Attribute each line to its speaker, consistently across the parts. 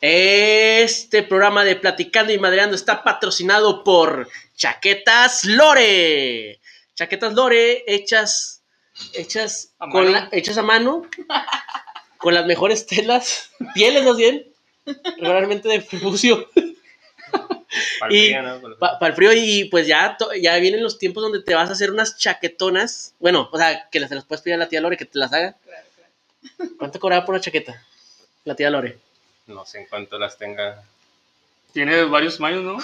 Speaker 1: Este programa de Platicando y Madreando está patrocinado por Chaquetas Lore. Chaquetas Lore hechas, hechas,
Speaker 2: ¿A
Speaker 1: con
Speaker 2: mano?
Speaker 1: la- hechas a mano, con las mejores telas, pieles más bien, realmente de prepucio
Speaker 2: Para
Speaker 1: Y-
Speaker 2: el frío, ¿no? Con los-
Speaker 1: para el frío y pues ya, to- ya vienen los tiempos donde te vas a hacer unas chaquetonas. Bueno, o sea, que las- se las puedes pedir a la tía Lore que te las haga.
Speaker 3: Claro, claro.
Speaker 1: ¿Cuánto cobraba por una chaqueta? La tía Lore.
Speaker 2: No sé en cuánto las tenga.
Speaker 4: Tiene varios tamaños, ¿no?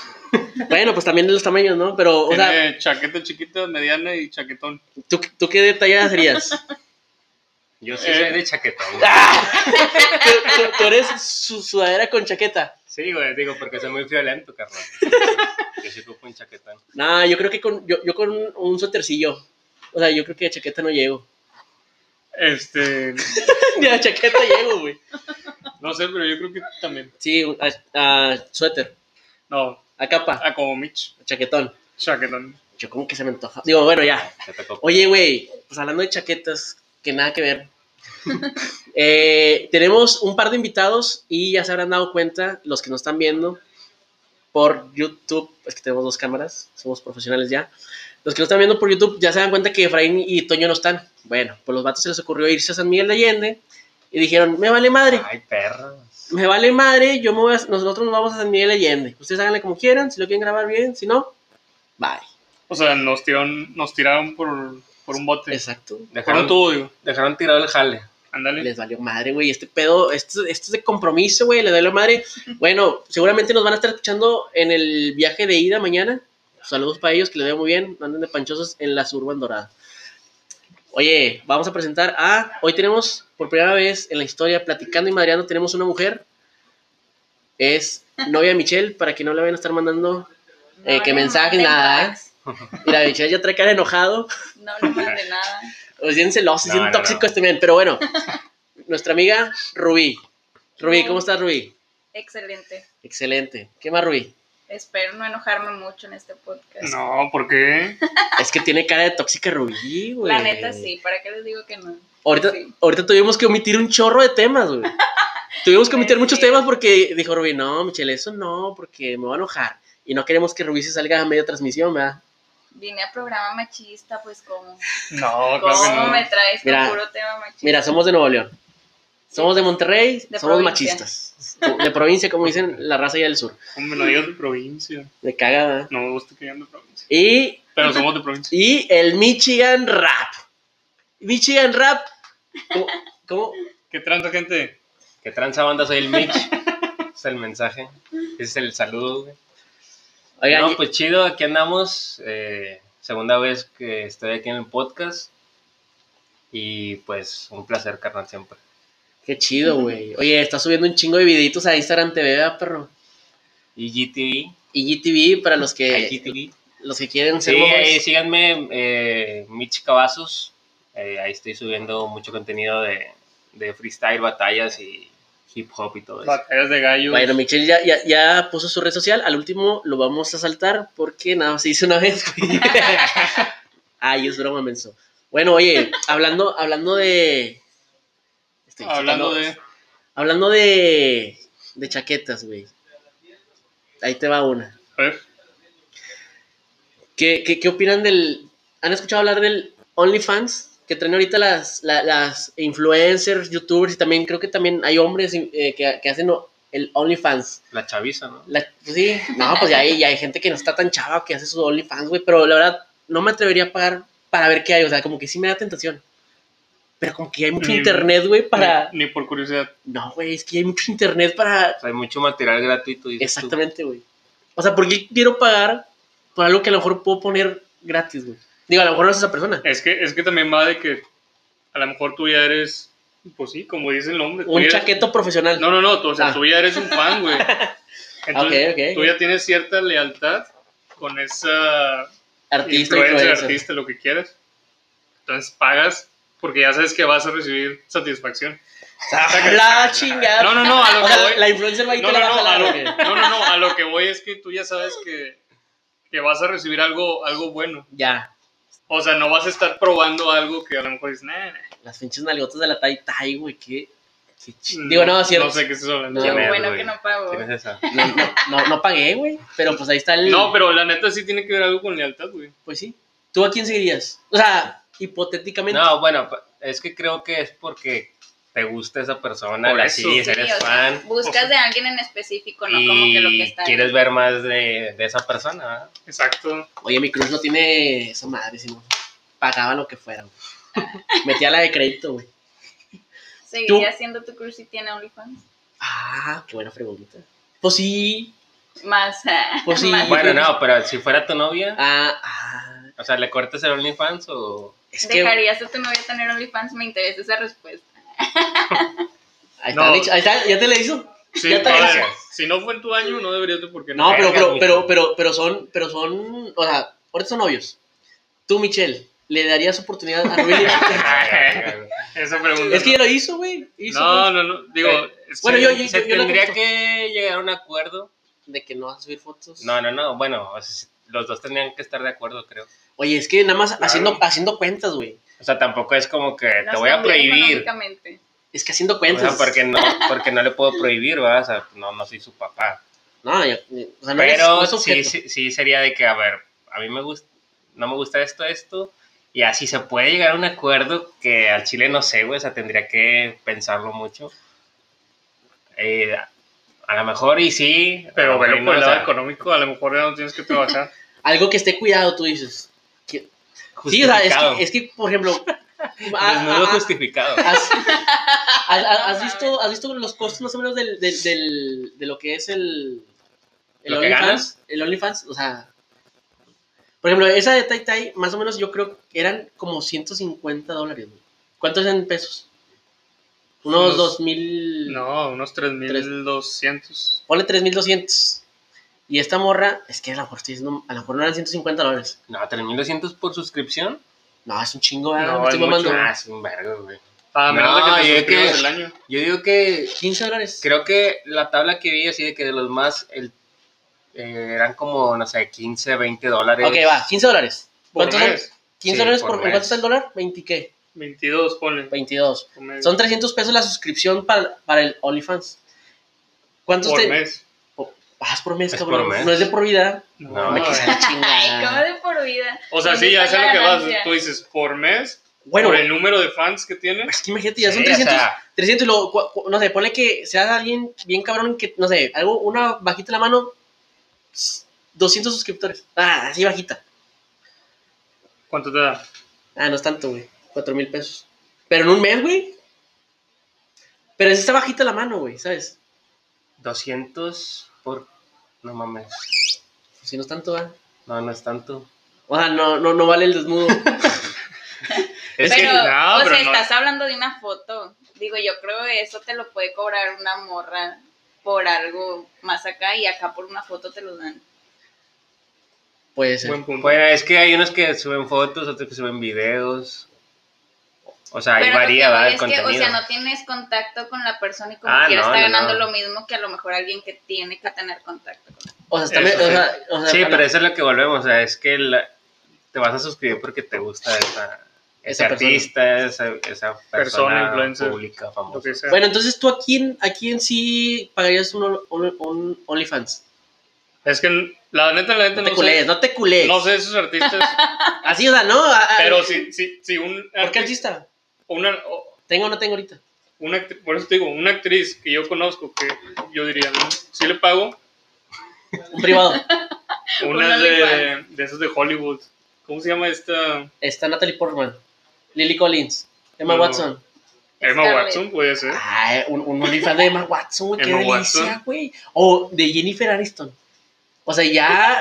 Speaker 1: Bueno, pues también de los tamaños, ¿no? Pero, o sea,
Speaker 4: Tiene chaqueta chiquita, mediana y chaquetón.
Speaker 1: ¿tú, tú qué detalle serías?
Speaker 2: Yo sí
Speaker 4: Eh.
Speaker 2: soy de chaqueta. güey.
Speaker 1: tú, tú- tú eres su sudadera con chaqueta.
Speaker 2: Sí, güey, digo, porque soy muy violento, carnal. Yo sí ocupo un chaquetón.
Speaker 1: Nah, yo creo que con, yo, yo con un suétercillo. O sea, yo creo que de chaqueta no llego.
Speaker 4: Este,
Speaker 1: Ni a chaqueta llego, güey.
Speaker 4: no sé, pero yo creo que también.
Speaker 1: Sí, a, a suéter,
Speaker 4: No,
Speaker 1: a capa,
Speaker 4: a como Mitch,
Speaker 1: a chaquetón.
Speaker 4: chaquetón.
Speaker 1: Yo como que se me antoja. Digo, bueno, ya.
Speaker 2: Te tocó.
Speaker 1: Oye, güey, pues hablando de chaquetas, que nada que ver. Eh, tenemos un par de invitados y ya se habrán dado cuenta, los que nos están viendo por YouTube, es que tenemos dos cámaras, somos profesionales ya. Los que nos están viendo por YouTube ya se dan cuenta que Efraín y Toño no están. Bueno, pues los vatos se les ocurrió irse a San Miguel de Allende y dijeron, me vale madre,
Speaker 2: Ay, perros.
Speaker 1: me vale madre, yo me voy a- nosotros nos vamos a San Miguel de Allende. Ustedes háganle como quieran, si lo quieren grabar bien, si no, bye.
Speaker 4: O sea, nos tiraron, nos tiraron por, por un bote.
Speaker 1: Exacto.
Speaker 4: Por un
Speaker 2: Dejaron,
Speaker 4: tubo, digo.
Speaker 2: dejaron tirado el jale.
Speaker 4: Ándale.
Speaker 1: les valió madre, güey. Este pedo, esto, esto es de compromiso, güey. Les valió madre. Bueno, seguramente nos van a estar escuchando en el viaje de ida mañana. Saludos para ellos, que les veo muy bien. Anden de panchosos en la suburban dorada. Oye, vamos a presentar a. Hoy tenemos por primera vez en la historia, platicando y madreando, tenemos una mujer. Es novia de Michelle, para que no le vayan a estar mandando. Eh, que
Speaker 3: le
Speaker 1: mensaje,
Speaker 3: manden
Speaker 1: nada, ¿eh?
Speaker 3: packs,
Speaker 1: Mira, Michelle ya trae cara enojado.
Speaker 3: No le mande nada.
Speaker 1: O bien celoso,
Speaker 2: No,
Speaker 1: bien
Speaker 2: no,
Speaker 1: tóxico
Speaker 2: no.
Speaker 1: este men. Pero bueno, nuestra amiga Rubí. Rubí,
Speaker 3: No.
Speaker 1: ¿cómo estás, Rubí?
Speaker 3: Excelente.
Speaker 1: Excelente. ¿Qué más, Rubí?
Speaker 3: Espero no enojarme mucho en este podcast.
Speaker 4: No, ¿por qué?
Speaker 1: Es que tiene cara de tóxica Rubí, güey.
Speaker 3: La neta sí, ¿para qué les digo que no?
Speaker 1: Ahorita,
Speaker 3: Sí.
Speaker 1: ahorita tuvimos que omitir un chorro de temas, güey. tuvimos que omitir
Speaker 3: Pues
Speaker 1: muchos
Speaker 3: sí.
Speaker 1: temas porque dijo Rubí, no, Michelle, eso no, porque me va a enojar. Y no queremos que Rubí se salga a media transmisión, ¿verdad?
Speaker 3: Vine a programa machista, pues cómo.
Speaker 4: No, claro que
Speaker 3: ¿Cómo
Speaker 4: no.
Speaker 3: me traes con
Speaker 1: Mira,
Speaker 3: puro tema machista?
Speaker 1: Mira, somos de Nuevo León. Somos de Monterrey,
Speaker 3: De
Speaker 1: somos
Speaker 3: provincia.
Speaker 1: machistas. De provincia, como dicen la raza allá del sur.
Speaker 4: ¿Cómo me lo digas de provincia?
Speaker 1: De cagada.
Speaker 4: No me gusta que digan de provincia.
Speaker 1: Y
Speaker 4: Pero somos de provincia.
Speaker 1: Y el Michigan Rap. Michigan Rap. ¿Cómo? cómo?
Speaker 4: ¿Qué tranza, gente?
Speaker 2: Que tranza banda, soy el Mitch. es el mensaje. Es el saludo, güey.
Speaker 1: Oigan,
Speaker 2: no, pues chido, aquí andamos. eh, segunda vez que estoy aquí en el podcast. Y pues un placer, carnal, siempre.
Speaker 1: qué chido, güey. Oye, está subiendo un chingo de videitos a Instagram TV, ¿verdad, perro?
Speaker 2: Y GTV.
Speaker 1: Y GTV para los que,
Speaker 2: IGTV.
Speaker 1: los que quieren ser
Speaker 2: Sí,
Speaker 1: mamás.
Speaker 2: ahí síganme, eh, Mitch Cavazos. eh, ahí estoy subiendo mucho contenido de, de freestyle, batallas y hip hop y todo eso.
Speaker 4: Batallas de gallo.
Speaker 1: Bueno, Michelle ya, ya, ya puso su red social. Al último lo vamos a saltar porque nada, se hizo una vez, güey. Ay, es broma, menso. Bueno, oye, hablando, hablando de. Estoy
Speaker 4: Hablando
Speaker 1: citando-
Speaker 4: de...
Speaker 1: Hablando de, de chaquetas, güey. Ahí te va una.
Speaker 4: A ver,
Speaker 1: ¿Qué, qué, qué opinan del... ¿Han escuchado hablar del OnlyFans? Que traen ahorita las, la- las influencers, youtubers y también creo que también hay hombres eh, que, que hacen o- el OnlyFans.
Speaker 2: La chaviza, ¿no?
Speaker 1: La- pues sí, no, pues ya hay, ya hay gente que no está tan chava que hace su OnlyFans, güey. Pero la verdad, no me atrevería a pagar para ver qué hay. O sea, como que sí me da tentación. Pero como que hay mucho
Speaker 4: Ni-
Speaker 1: internet, güey, para...
Speaker 4: ni, ni por curiosidad.
Speaker 1: No, güey, es que hay mucho internet para
Speaker 2: O sea, hay mucho material gratuito. dices tú.
Speaker 1: Exactamente, güey. O sea, ¿por qué quiero pagar por algo que a lo mejor puedo poner gratis, güey? Digo, a lo mejor no es esa persona.
Speaker 4: Es que, es que también va de que a lo mejor tú ya eres, pues sí, como dice el nombre. tú
Speaker 1: Un
Speaker 4: ya eres-
Speaker 1: chaqueto profesional.
Speaker 4: No, no, no, tú, o sea,
Speaker 1: Ah.
Speaker 4: tú ya eres un fan, güey. Entonces,
Speaker 1: Ok, ok.
Speaker 4: tú ya tienes cierta lealtad con esa
Speaker 1: artista,
Speaker 4: influencer,
Speaker 1: influencer.
Speaker 4: artista, lo que quieras. Entonces pagas porque ya sabes que vas a recibir satisfacción.
Speaker 1: Ah, La chingada.
Speaker 4: No, no, no, a lo
Speaker 1: O
Speaker 4: que
Speaker 1: sea,
Speaker 4: voy,
Speaker 1: la influencer va y
Speaker 4: no,
Speaker 1: te
Speaker 4: no,
Speaker 1: la va a
Speaker 4: no, a
Speaker 1: jalar,
Speaker 4: lo,
Speaker 1: güey.
Speaker 4: no, no, no, a lo que voy es que tú ya sabes que, que vas a recibir algo, algo bueno.
Speaker 1: Ya.
Speaker 4: O sea, no vas a estar probando algo que a lo mejor dices, nah, nah".
Speaker 1: Las pinches nalgotas de la Tai Tai, güey, qué
Speaker 2: Sí, ch-
Speaker 1: Digo, no, si
Speaker 4: No
Speaker 1: es-
Speaker 4: sé qué estás hablando.
Speaker 3: Qué
Speaker 2: ¿Quién es,
Speaker 3: bueno
Speaker 2: güey?
Speaker 3: que no pagó.
Speaker 2: ¿Quién es esa?
Speaker 1: No, no, no, no pagué, güey. Pero pues ahí está el.
Speaker 4: No, pero la neta sí tiene que ver algo con lealtad, güey.
Speaker 1: Pues sí. ¿Tú a quién seguirías? O sea, hipotéticamente.
Speaker 2: No, bueno, pa- es que creo que es porque te gusta esa persona,
Speaker 4: Por
Speaker 2: la
Speaker 4: eso.
Speaker 2: sigues,
Speaker 3: Sí,
Speaker 2: eres
Speaker 3: o sea,
Speaker 2: fan.
Speaker 3: Buscas de alguien en específico, no como que lo que
Speaker 2: Y
Speaker 3: está. ahí.
Speaker 2: quieres ver más de, de esa persona, ¿verdad?
Speaker 4: Exacto.
Speaker 1: Oye, mi cruz no tiene esa madre, sino pagaba lo que fuera. güey. Metía la de crédito, güey.
Speaker 3: ¿Seguiría haciendo tu cruz si tiene OnlyFans?
Speaker 1: Ah, qué buena pregunta. Pues sí.
Speaker 3: Más. ah,
Speaker 1: Pues sí.
Speaker 3: más-
Speaker 2: Bueno, no, pero si fuera tu novia,
Speaker 1: Ah, ah.
Speaker 2: o sea, ¿le cortas el OnlyFans o...?
Speaker 1: Es que.
Speaker 3: ¿Dejarías a tu novia tener OnlyFans? Me interesa esa respuesta.
Speaker 1: Ahí está,
Speaker 4: No.
Speaker 1: Lich, ahí está, ya te le hizo.
Speaker 4: Sí,
Speaker 1: Ya te
Speaker 4: a ver,
Speaker 2: gracias.
Speaker 4: si no fue en tu año, no deberías de por qué
Speaker 1: No,
Speaker 2: No,
Speaker 1: pero,
Speaker 2: verga,
Speaker 1: pero,
Speaker 2: Michelle.
Speaker 1: pero, pero, pero son, pero son, o sea, ahorita son novios. Tú, Michelle, ¿le darías oportunidad a Rubén?
Speaker 4: Esa pregunta.
Speaker 1: es que ya lo hizo, güey. Hizo,
Speaker 4: no,
Speaker 1: güey,
Speaker 4: no, no. Digo, es
Speaker 1: Bueno,
Speaker 4: que-
Speaker 1: yo- yo-
Speaker 2: Se
Speaker 1: lo
Speaker 2: tendría
Speaker 1: justo.
Speaker 2: que llegar a un acuerdo.
Speaker 1: De que no vas a subir fotos.
Speaker 2: No, no, no, bueno, o sea, los dos tendrían que estar de acuerdo, creo.
Speaker 1: Oye, es que nada más
Speaker 4: Claro.
Speaker 1: haciendo, haciendo cuentas, güey.
Speaker 2: O sea, tampoco es como que
Speaker 3: No
Speaker 2: te voy a
Speaker 3: están bien
Speaker 2: prohibir.
Speaker 3: económicamente.
Speaker 1: Es que haciendo
Speaker 2: O sea,
Speaker 1: cuentas.
Speaker 2: porque no, porque no le puedo prohibir, ¿verdad? O sea, no, no soy su papá.
Speaker 1: No, ya- o sea, no eres- no
Speaker 2: Pero
Speaker 1: es
Speaker 2: sí,
Speaker 1: objeto.
Speaker 2: sí, sí sería de que, a ver, a mí me gusta, no me gusta esto, esto, y así se puede llegar a un acuerdo que al Chile no sé, güey, o sea, tendría que pensarlo mucho. Eh, a lo mejor y sí, a
Speaker 4: Pero
Speaker 2: lo mejor
Speaker 4: velo
Speaker 2: y
Speaker 4: por
Speaker 2: no,
Speaker 4: el
Speaker 2: o
Speaker 4: lado
Speaker 2: sea,
Speaker 4: económico, a lo mejor ya no tienes que trabajar.
Speaker 1: Algo que esté cuidado, tú dices. Sí, o sea, es
Speaker 2: justificado. Pues
Speaker 1: que, es que por ejemplo. ah,
Speaker 2: Desnudo
Speaker 1: ah,
Speaker 2: justificado.
Speaker 1: has, has- has- has visto, ¿Has visto los costos más o menos del, del, del- de lo que es el, el
Speaker 2: ¿Lo que
Speaker 1: OnlyFans?
Speaker 2: ganas?
Speaker 1: El OnlyFans, o sea. Por ejemplo, esa de Tai Tai, más o menos yo creo que eran como 150 dólares. güey. ¿Cuántos eran en pesos? Unos
Speaker 4: Unos-
Speaker 1: 2000.
Speaker 4: No, unos 3.200.
Speaker 1: Ponle 3200. Y esta morra, es que a lo mejor estoy diciendo, a lo mejor no eran 150 dólares.
Speaker 2: No, 3.200 por suscripción.
Speaker 1: No, es un chingo, ¿verdad?
Speaker 4: No,
Speaker 1: Me estoy
Speaker 4: es mucho.
Speaker 1: mamando.
Speaker 2: Ah, es un vergo, güey.
Speaker 4: A menos
Speaker 2: No,
Speaker 4: de que
Speaker 2: yo
Speaker 4: te suscribas
Speaker 2: que-
Speaker 4: el año.
Speaker 2: Yo digo que
Speaker 1: 15 dólares.
Speaker 2: Creo que la tabla que vi así de que de los más el, eh, eran como, no sé, 15, 20 dólares.
Speaker 1: Ok, va, 15 dólares.
Speaker 4: Por
Speaker 1: ¿Cuántos son?
Speaker 4: mes,
Speaker 1: 15
Speaker 2: Sí,
Speaker 1: dólares por,
Speaker 2: por
Speaker 1: ¿cuánto
Speaker 2: mes.
Speaker 1: está el dólar? 20 qué?
Speaker 4: 22, ponle.
Speaker 1: 22.
Speaker 4: por mes.
Speaker 1: Son 300 pesos la suscripción para, para el OnlyFans. ¿Cuántos
Speaker 4: por
Speaker 1: te
Speaker 4: mes.
Speaker 1: Ah, es por mes,
Speaker 2: Es
Speaker 1: cabrón?
Speaker 2: por mes.
Speaker 1: No es de por vida.
Speaker 2: No,
Speaker 1: me
Speaker 2: no,
Speaker 1: quise la chingada.
Speaker 3: Ay, ¿cómo de por vida?
Speaker 4: eh. O sea,
Speaker 3: ¿Dónde
Speaker 4: sí, ya
Speaker 3: está
Speaker 4: sé
Speaker 3: la
Speaker 4: lo que
Speaker 3: ganancia?
Speaker 4: vas. Tú dices, por mes,
Speaker 1: Bueno,
Speaker 4: por el número de fans que tiene.
Speaker 1: es que imagínate, ya son
Speaker 2: Sí, o
Speaker 1: 300,
Speaker 2: sea,
Speaker 1: 300 y luego, cua- cua- no sé, ponle que sea alguien bien cabrón que, no sé, algo, una bajita la mano, 200 suscriptores. Ah, así bajita.
Speaker 4: ¿Cuánto te da?
Speaker 1: Ah, no es tanto, güey. 4 mil pesos. Pero en un mes, güey. Pero es esta bajita la mano, güey, ¿sabes?
Speaker 2: 200 por... No mames.
Speaker 1: Si no es tanto, ¿verdad?
Speaker 2: No, no es tanto.
Speaker 1: O sea, no, no, no vale el desnudo.
Speaker 2: Es
Speaker 3: pero,
Speaker 2: que...
Speaker 4: no,
Speaker 3: o sea,
Speaker 4: pero no.
Speaker 3: estás hablando de una foto. Digo, yo creo que eso te lo puede cobrar una morra por algo más acá y acá por una foto te lo dan.
Speaker 1: Puede ser.
Speaker 4: Buen punto.
Speaker 2: Bueno, Pues, es que hay unos que suben fotos, otros que suben videos. O sea, ahí
Speaker 3: Pero lo que
Speaker 2: varía,
Speaker 3: voy
Speaker 2: ¿verdad? El
Speaker 3: es que,
Speaker 2: contenido.
Speaker 3: o sea, no tienes contacto con la persona y como
Speaker 2: Ah,
Speaker 3: quiera
Speaker 2: no,
Speaker 3: está
Speaker 2: no,
Speaker 3: ganando
Speaker 2: no.
Speaker 3: lo mismo que a lo mejor alguien que tiene que tener contacto con
Speaker 1: O sea, está
Speaker 4: Eso
Speaker 1: me- o
Speaker 4: sí.
Speaker 1: sea, o sea,
Speaker 2: Sí,
Speaker 1: para-
Speaker 2: pero eso es lo que volvemos. O sea, es que la- te vas a suscribir porque te gusta esa, ese
Speaker 1: Esa persona.
Speaker 2: artista, esa, esa persona,
Speaker 4: influencer.
Speaker 2: pública,
Speaker 4: Lo
Speaker 2: famosa.
Speaker 4: que sea.
Speaker 1: Bueno, entonces tú a quién, a quién sí pagarías un, un- un OnlyFans.
Speaker 4: Es que la neta, la neta,
Speaker 1: No
Speaker 4: no,
Speaker 1: te
Speaker 4: sé.
Speaker 1: culés, no te culés.
Speaker 4: No sé esos artistas,
Speaker 1: Así, o sea, no. A- a-
Speaker 4: pero si, si, si un
Speaker 1: ¿Por qué
Speaker 4: arti-
Speaker 1: artista?
Speaker 4: una, o-
Speaker 1: Tengo o no tengo ahorita.
Speaker 4: una actri- por eso te digo, una actriz que yo conozco, que yo diría, ¿no? si le pago,
Speaker 1: Un privado.
Speaker 4: una
Speaker 3: Un
Speaker 4: de,
Speaker 3: OnlyFans.
Speaker 4: de esas de Hollywood. ¿Cómo se llama esta?
Speaker 1: Está Natalie Portman, Lily Collins, Emma
Speaker 4: No.
Speaker 1: Watson.
Speaker 4: Emma
Speaker 3: Scarlett.
Speaker 4: Watson, puede ser.
Speaker 1: Ah, un, un OnlyFans de Emma Watson, güey, qué
Speaker 4: Emma
Speaker 1: delicia,
Speaker 4: Watson.
Speaker 1: güey. O de Jennifer Aniston. O sea, ya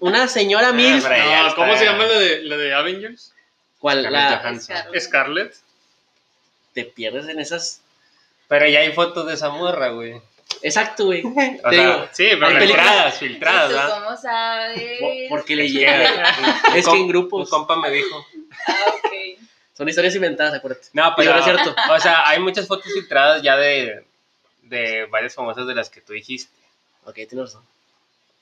Speaker 1: una señora mil.
Speaker 2: Ah, ya
Speaker 4: No,
Speaker 2: está.
Speaker 4: ¿Cómo se llama la de, la de Avengers?
Speaker 1: ¿Cuál?
Speaker 2: Scarlett
Speaker 1: La,
Speaker 2: Johansson.
Speaker 3: Scarlett.
Speaker 4: Scarlett.
Speaker 1: te pierdes en esas.
Speaker 2: Pero ya hay fotos de esa morra, güey.
Speaker 1: Exacto, güey.
Speaker 2: O
Speaker 1: Te
Speaker 2: sea,
Speaker 1: digo,
Speaker 4: Sí, pero
Speaker 1: Hay
Speaker 4: la-
Speaker 1: películas-
Speaker 2: filtradas,
Speaker 3: ¿Y
Speaker 2: filtradas,
Speaker 3: tú
Speaker 2: ¿verdad?
Speaker 3: cómo sabes?
Speaker 1: po- porque le
Speaker 2: Es que,
Speaker 1: llega.
Speaker 2: un-
Speaker 1: Es
Speaker 2: un
Speaker 1: que en
Speaker 2: comp-
Speaker 1: grupos.
Speaker 2: Un compa me dijo.
Speaker 3: Ah, ok.
Speaker 1: Son historias inventadas, acuérdate.
Speaker 2: No,
Speaker 4: Ah,
Speaker 1: Pero
Speaker 2: pero
Speaker 1: no es cierto.
Speaker 2: O sea, hay muchas fotos filtradas ya de, de varias famosas de las que tú dijiste.
Speaker 1: Ok, tienes razón.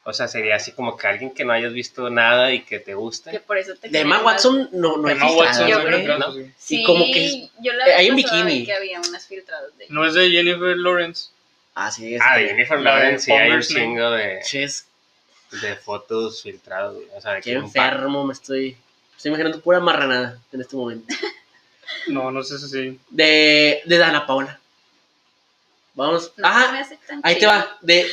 Speaker 2: O sea, sería así como que alguien que no hayas visto nada y que te
Speaker 3: Que
Speaker 2: guste.
Speaker 3: por eso te
Speaker 1: De Emma
Speaker 3: quería
Speaker 1: Watson no, no
Speaker 4: Emma
Speaker 1: existe
Speaker 4: Watson,
Speaker 1: nada,
Speaker 4: yo
Speaker 1: güey.
Speaker 4: creo que
Speaker 2: ¿no?
Speaker 4: sí.
Speaker 3: más. Sí,
Speaker 1: como que es-
Speaker 3: yo la
Speaker 1: eh,
Speaker 3: vez
Speaker 1: hay en
Speaker 3: pasada vi
Speaker 1: bikini.
Speaker 3: que había unas filtradas de
Speaker 4: No es de Jennifer Lawrence.
Speaker 1: Ah, sí, este,
Speaker 2: Ah, de Jennifer
Speaker 4: la de
Speaker 2: Lawrence sí hay un
Speaker 4: Homer's Name.
Speaker 2: chingo de,
Speaker 1: ches,
Speaker 2: de fotos filtradas, güey. O sea, de
Speaker 1: qué
Speaker 2: que un par-
Speaker 1: enfermo me estoy. Estoy imaginando pura marranada en este momento.
Speaker 4: No, no sé si sí.
Speaker 1: De, de Dana Paula. Vamos.
Speaker 3: No se me
Speaker 1: ah,
Speaker 3: hace tan
Speaker 1: ahí te
Speaker 3: chido.
Speaker 1: va. De,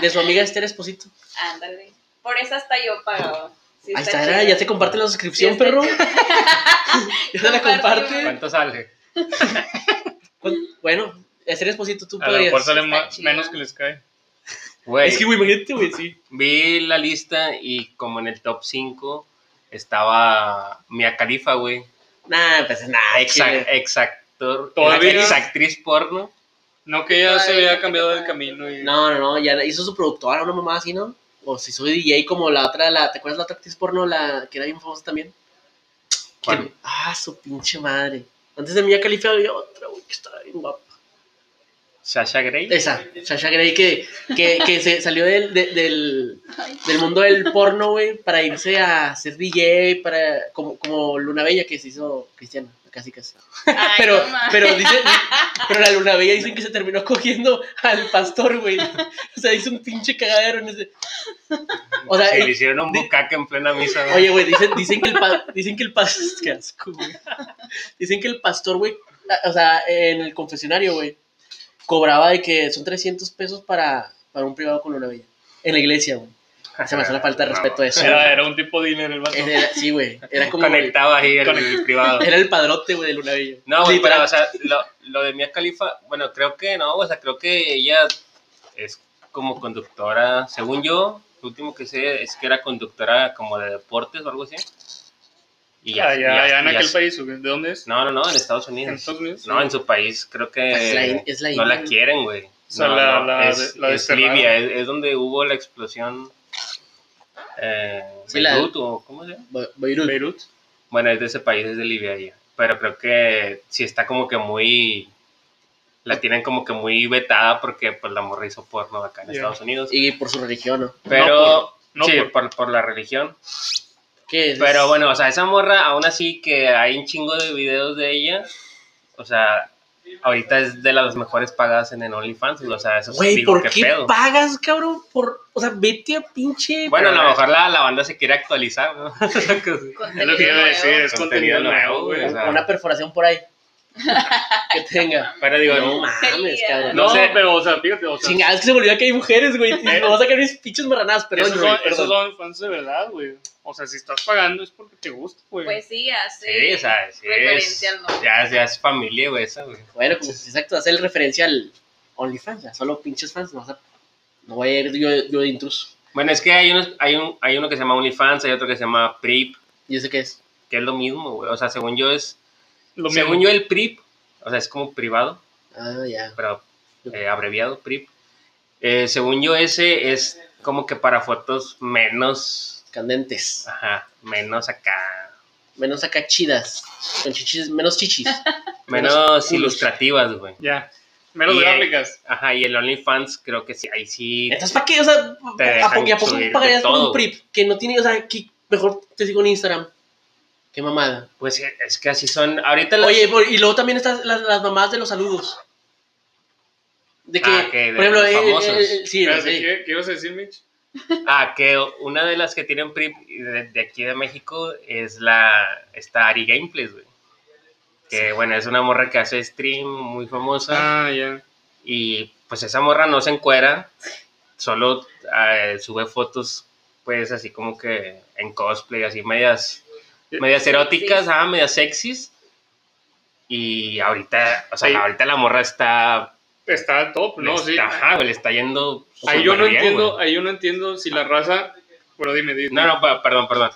Speaker 1: de su amiga Esther Esposito.
Speaker 3: Ándale. Por eso hasta yo pagaba. Sí,
Speaker 1: Ahí
Speaker 3: está
Speaker 1: está, era,
Speaker 3: chido.
Speaker 1: ya te comparten la suscripción,
Speaker 3: Sí, está
Speaker 1: perro. ya te la comparte.
Speaker 3: Compartimos.
Speaker 2: ¿Cuánto sale?
Speaker 1: ¿Cuán- Bueno, Esther Esposito, tú
Speaker 4: A lo mejor
Speaker 1: podrías.
Speaker 4: sale
Speaker 3: está
Speaker 4: ma-
Speaker 3: chido.
Speaker 4: menos que les cae.
Speaker 2: Güey,
Speaker 1: Es que, güey, imagínate, güey, sí.
Speaker 2: vi la lista y como en el top 5 estaba Mia Khalifa, güey.
Speaker 1: Nah, pues nada.
Speaker 2: Exact, exactor,
Speaker 4: Todavía.
Speaker 2: exactriz porno.
Speaker 4: No que ya se
Speaker 3: Ay,
Speaker 4: había
Speaker 3: no,
Speaker 4: cambiado
Speaker 3: no,
Speaker 4: del
Speaker 3: no.
Speaker 4: camino y...
Speaker 1: No, no, no, ya hizo su productora, una mamá así, ¿no? O si soy DJ como la otra, la, ¿te acuerdas la otra actriz porno, la que era bien famosa también?
Speaker 2: ¿Cuál?
Speaker 1: Que- ah, su pinche madre. Antes de Mia Khalifa había otra, güey, que estaba bien guapa.
Speaker 2: Sasha Grey.
Speaker 1: Esa, Sasha Grey, que, que, que se salió del, de- del, del mundo del porno, güey, para irse a ser DJ, para, como, como Luna Bella que se hizo cristiana, casi casi.
Speaker 3: Ay,
Speaker 1: Pero,
Speaker 3: no mames.
Speaker 1: pero, dice, pero la Luna Bella dicen que se terminó cogiendo al pastor, güey. O sea, hizo un pinche cagadero en ese. O sea,
Speaker 2: se
Speaker 1: eh,
Speaker 2: le hicieron un
Speaker 1: di-
Speaker 2: bucaque en plena misa. güey.
Speaker 1: Oye, güey, dicen, dicen que el pa- dicen que el pastor. Dicen que el pastor, güey, la- o sea, en el confesionario, güey, cobraba de que son 300 pesos para, para un privado con una bella. En la iglesia, güey. Se me hace una falta de
Speaker 2: No.
Speaker 1: respeto eso.
Speaker 2: eh,
Speaker 4: Era, era un tipo dealer el vato.
Speaker 1: Era- sí, güey. Era como.
Speaker 2: Conectaba ahí el, el privado.
Speaker 1: Era el padrote, güey, de Luna Bella.
Speaker 2: No, güey, pero,
Speaker 1: Literal.
Speaker 2: o sea, lo, lo de Mia Khalifa, bueno, creo que no, o sea, creo que ella es como conductora, según yo, lo último que sé es que era conductora como de deportes o algo así. Y ya,
Speaker 4: allá,
Speaker 2: ya-
Speaker 4: allá Ah, en
Speaker 2: ya-
Speaker 4: aquel país, ¿o qué? ¿de dónde es?
Speaker 2: No, no, no, en Estados
Speaker 4: ¿En
Speaker 2: Unidos.
Speaker 4: Estados Unidos?
Speaker 2: No, en su país creo que
Speaker 1: Es Pues la in- es la
Speaker 2: no la
Speaker 1: India.
Speaker 2: quieren, güey.
Speaker 4: sea,
Speaker 2: No,
Speaker 4: la-
Speaker 2: no,
Speaker 4: la-
Speaker 2: es,
Speaker 4: la
Speaker 2: es
Speaker 4: desterraron.
Speaker 2: Libia, es, es donde hubo la explosión. Eh,
Speaker 1: Sí, la-
Speaker 2: Beirut, o ¿cómo se llama?
Speaker 1: Be- Beirut.
Speaker 4: Beirut.
Speaker 2: Bueno, es de ese país, es de Libia ella. Pero creo que sí está como que muy. La tienen como que muy vetada porque pues la morra hizo porno acá en
Speaker 4: Ya.
Speaker 2: Estados Unidos.
Speaker 1: Y por su religión, ¿no?
Speaker 2: Pero.
Speaker 4: no
Speaker 2: sí, por...
Speaker 4: por-
Speaker 2: por la religión.
Speaker 1: ¿Qué es?
Speaker 2: Pero bueno, o sea, esa morra, aún así que hay un chingo de videos de ella. O sea, ahorita es de las mejores pagadas en el OnlyFans. O sea, eso es-
Speaker 1: Güey,
Speaker 2: digo,
Speaker 1: ¿por
Speaker 2: ¿qué
Speaker 1: qué
Speaker 2: pedo?
Speaker 1: pagas, cabrón? Por, o sea, vete a pinche.
Speaker 2: Bueno, a lo mejor la, la banda se quiere actualizar, ¿no?
Speaker 4: Es lo que iba a decir, es
Speaker 2: Contenido
Speaker 4: contenido nuevo,
Speaker 2: nuevo,
Speaker 4: güey.
Speaker 2: güey. o sea.
Speaker 1: una perforación por ahí. que tenga.
Speaker 2: Pero digo,
Speaker 1: No
Speaker 2: no,
Speaker 1: mames, cabrón.
Speaker 4: No,
Speaker 2: No sé. Eh,
Speaker 4: pero, o sea, fíjate, o sea,
Speaker 1: Chingada, es que se me olvidó que hay mujeres, güey. Me voy a sacar mis pinches marranadas, perdón,
Speaker 4: esos,
Speaker 1: güey,
Speaker 4: son, esos
Speaker 1: perdón.
Speaker 4: son fans de verdad, güey. O sea, si estás pagando es porque te gusta, güey.
Speaker 3: Pues sí, hace.
Speaker 2: sí, o sea, sí es,
Speaker 3: Referencia al nombre.
Speaker 2: ya, ya es familia, güey, esa, güey.
Speaker 1: Bueno, como exacto, hacer referencia al OnlyFans, ya solo pinches fans, no, o sea, no voy a ir yo, yo de intruso.
Speaker 2: Bueno, es que hay, unos, hay, un, hay uno que se llama OnlyFans, hay otro que se llama PRIP,
Speaker 1: ¿Y eso qué es?
Speaker 2: que es lo mismo, güey. O sea, según yo es...
Speaker 4: Lo
Speaker 2: según
Speaker 4: mismo.
Speaker 2: yo el PRIP, o sea, es como privado,
Speaker 1: Ah, ya.
Speaker 2: pero eh, abreviado PRIP. Eh, según yo ese es como que para fotos menos...
Speaker 1: Candentes.
Speaker 2: Ajá, menos acá...
Speaker 1: Menos acá chidas. Con chichis, menos chichis. Menos
Speaker 2: Menos
Speaker 1: culos.
Speaker 2: ilustrativas, güey.
Speaker 4: Ya. Menos
Speaker 2: Y, eh,
Speaker 4: gráficas.
Speaker 2: Ajá, y el OnlyFans creo que sí, ahí sí...
Speaker 1: Entonces, ¿para qué? O sea,
Speaker 2: Te
Speaker 1: ¿a, poco-
Speaker 2: dejan
Speaker 1: y a poco
Speaker 2: subir de
Speaker 1: pagarías por un
Speaker 2: todo.
Speaker 1: PRIP? Que no tiene, o sea, que mejor te sigo en Instagram. Qué mamada.
Speaker 2: Pues eh, es que así son... Ahorita las-
Speaker 1: Oye, por- y luego también están las, las mamás de los saludos. De que,
Speaker 2: Ah, que de
Speaker 1: por ejemplo,
Speaker 2: los
Speaker 1: eh, eh,
Speaker 2: famosos.
Speaker 1: eh, sí,
Speaker 4: Espérate,
Speaker 1: sí.
Speaker 4: ¿qué, qué ibas a decir, Mitch?
Speaker 2: Ah, que una de las que tienen PRIP de, de aquí de México es la. Está Ari Gameplays, güey. Que bueno, es una morra que hace stream muy famosa.
Speaker 4: Ah, ya.
Speaker 2: Y pues esa morra no se encuera, solo eh, sube fotos, pues así como que en cosplay, así medias, medias eróticas,
Speaker 3: Sexys.
Speaker 2: ah, medias sexys. Y ahorita, o sea,
Speaker 4: Ahí-
Speaker 2: ahorita la morra está.
Speaker 4: Está al top,
Speaker 2: le
Speaker 4: ¿no? Sí.
Speaker 2: está- Ajá, güey, le está yendo.
Speaker 4: Ahí yo no
Speaker 2: superbién, güey.
Speaker 4: entiendo, ahí yo no entiendo si la raza. Pero dime, dime.
Speaker 2: No, no, pe- perdón, perdón.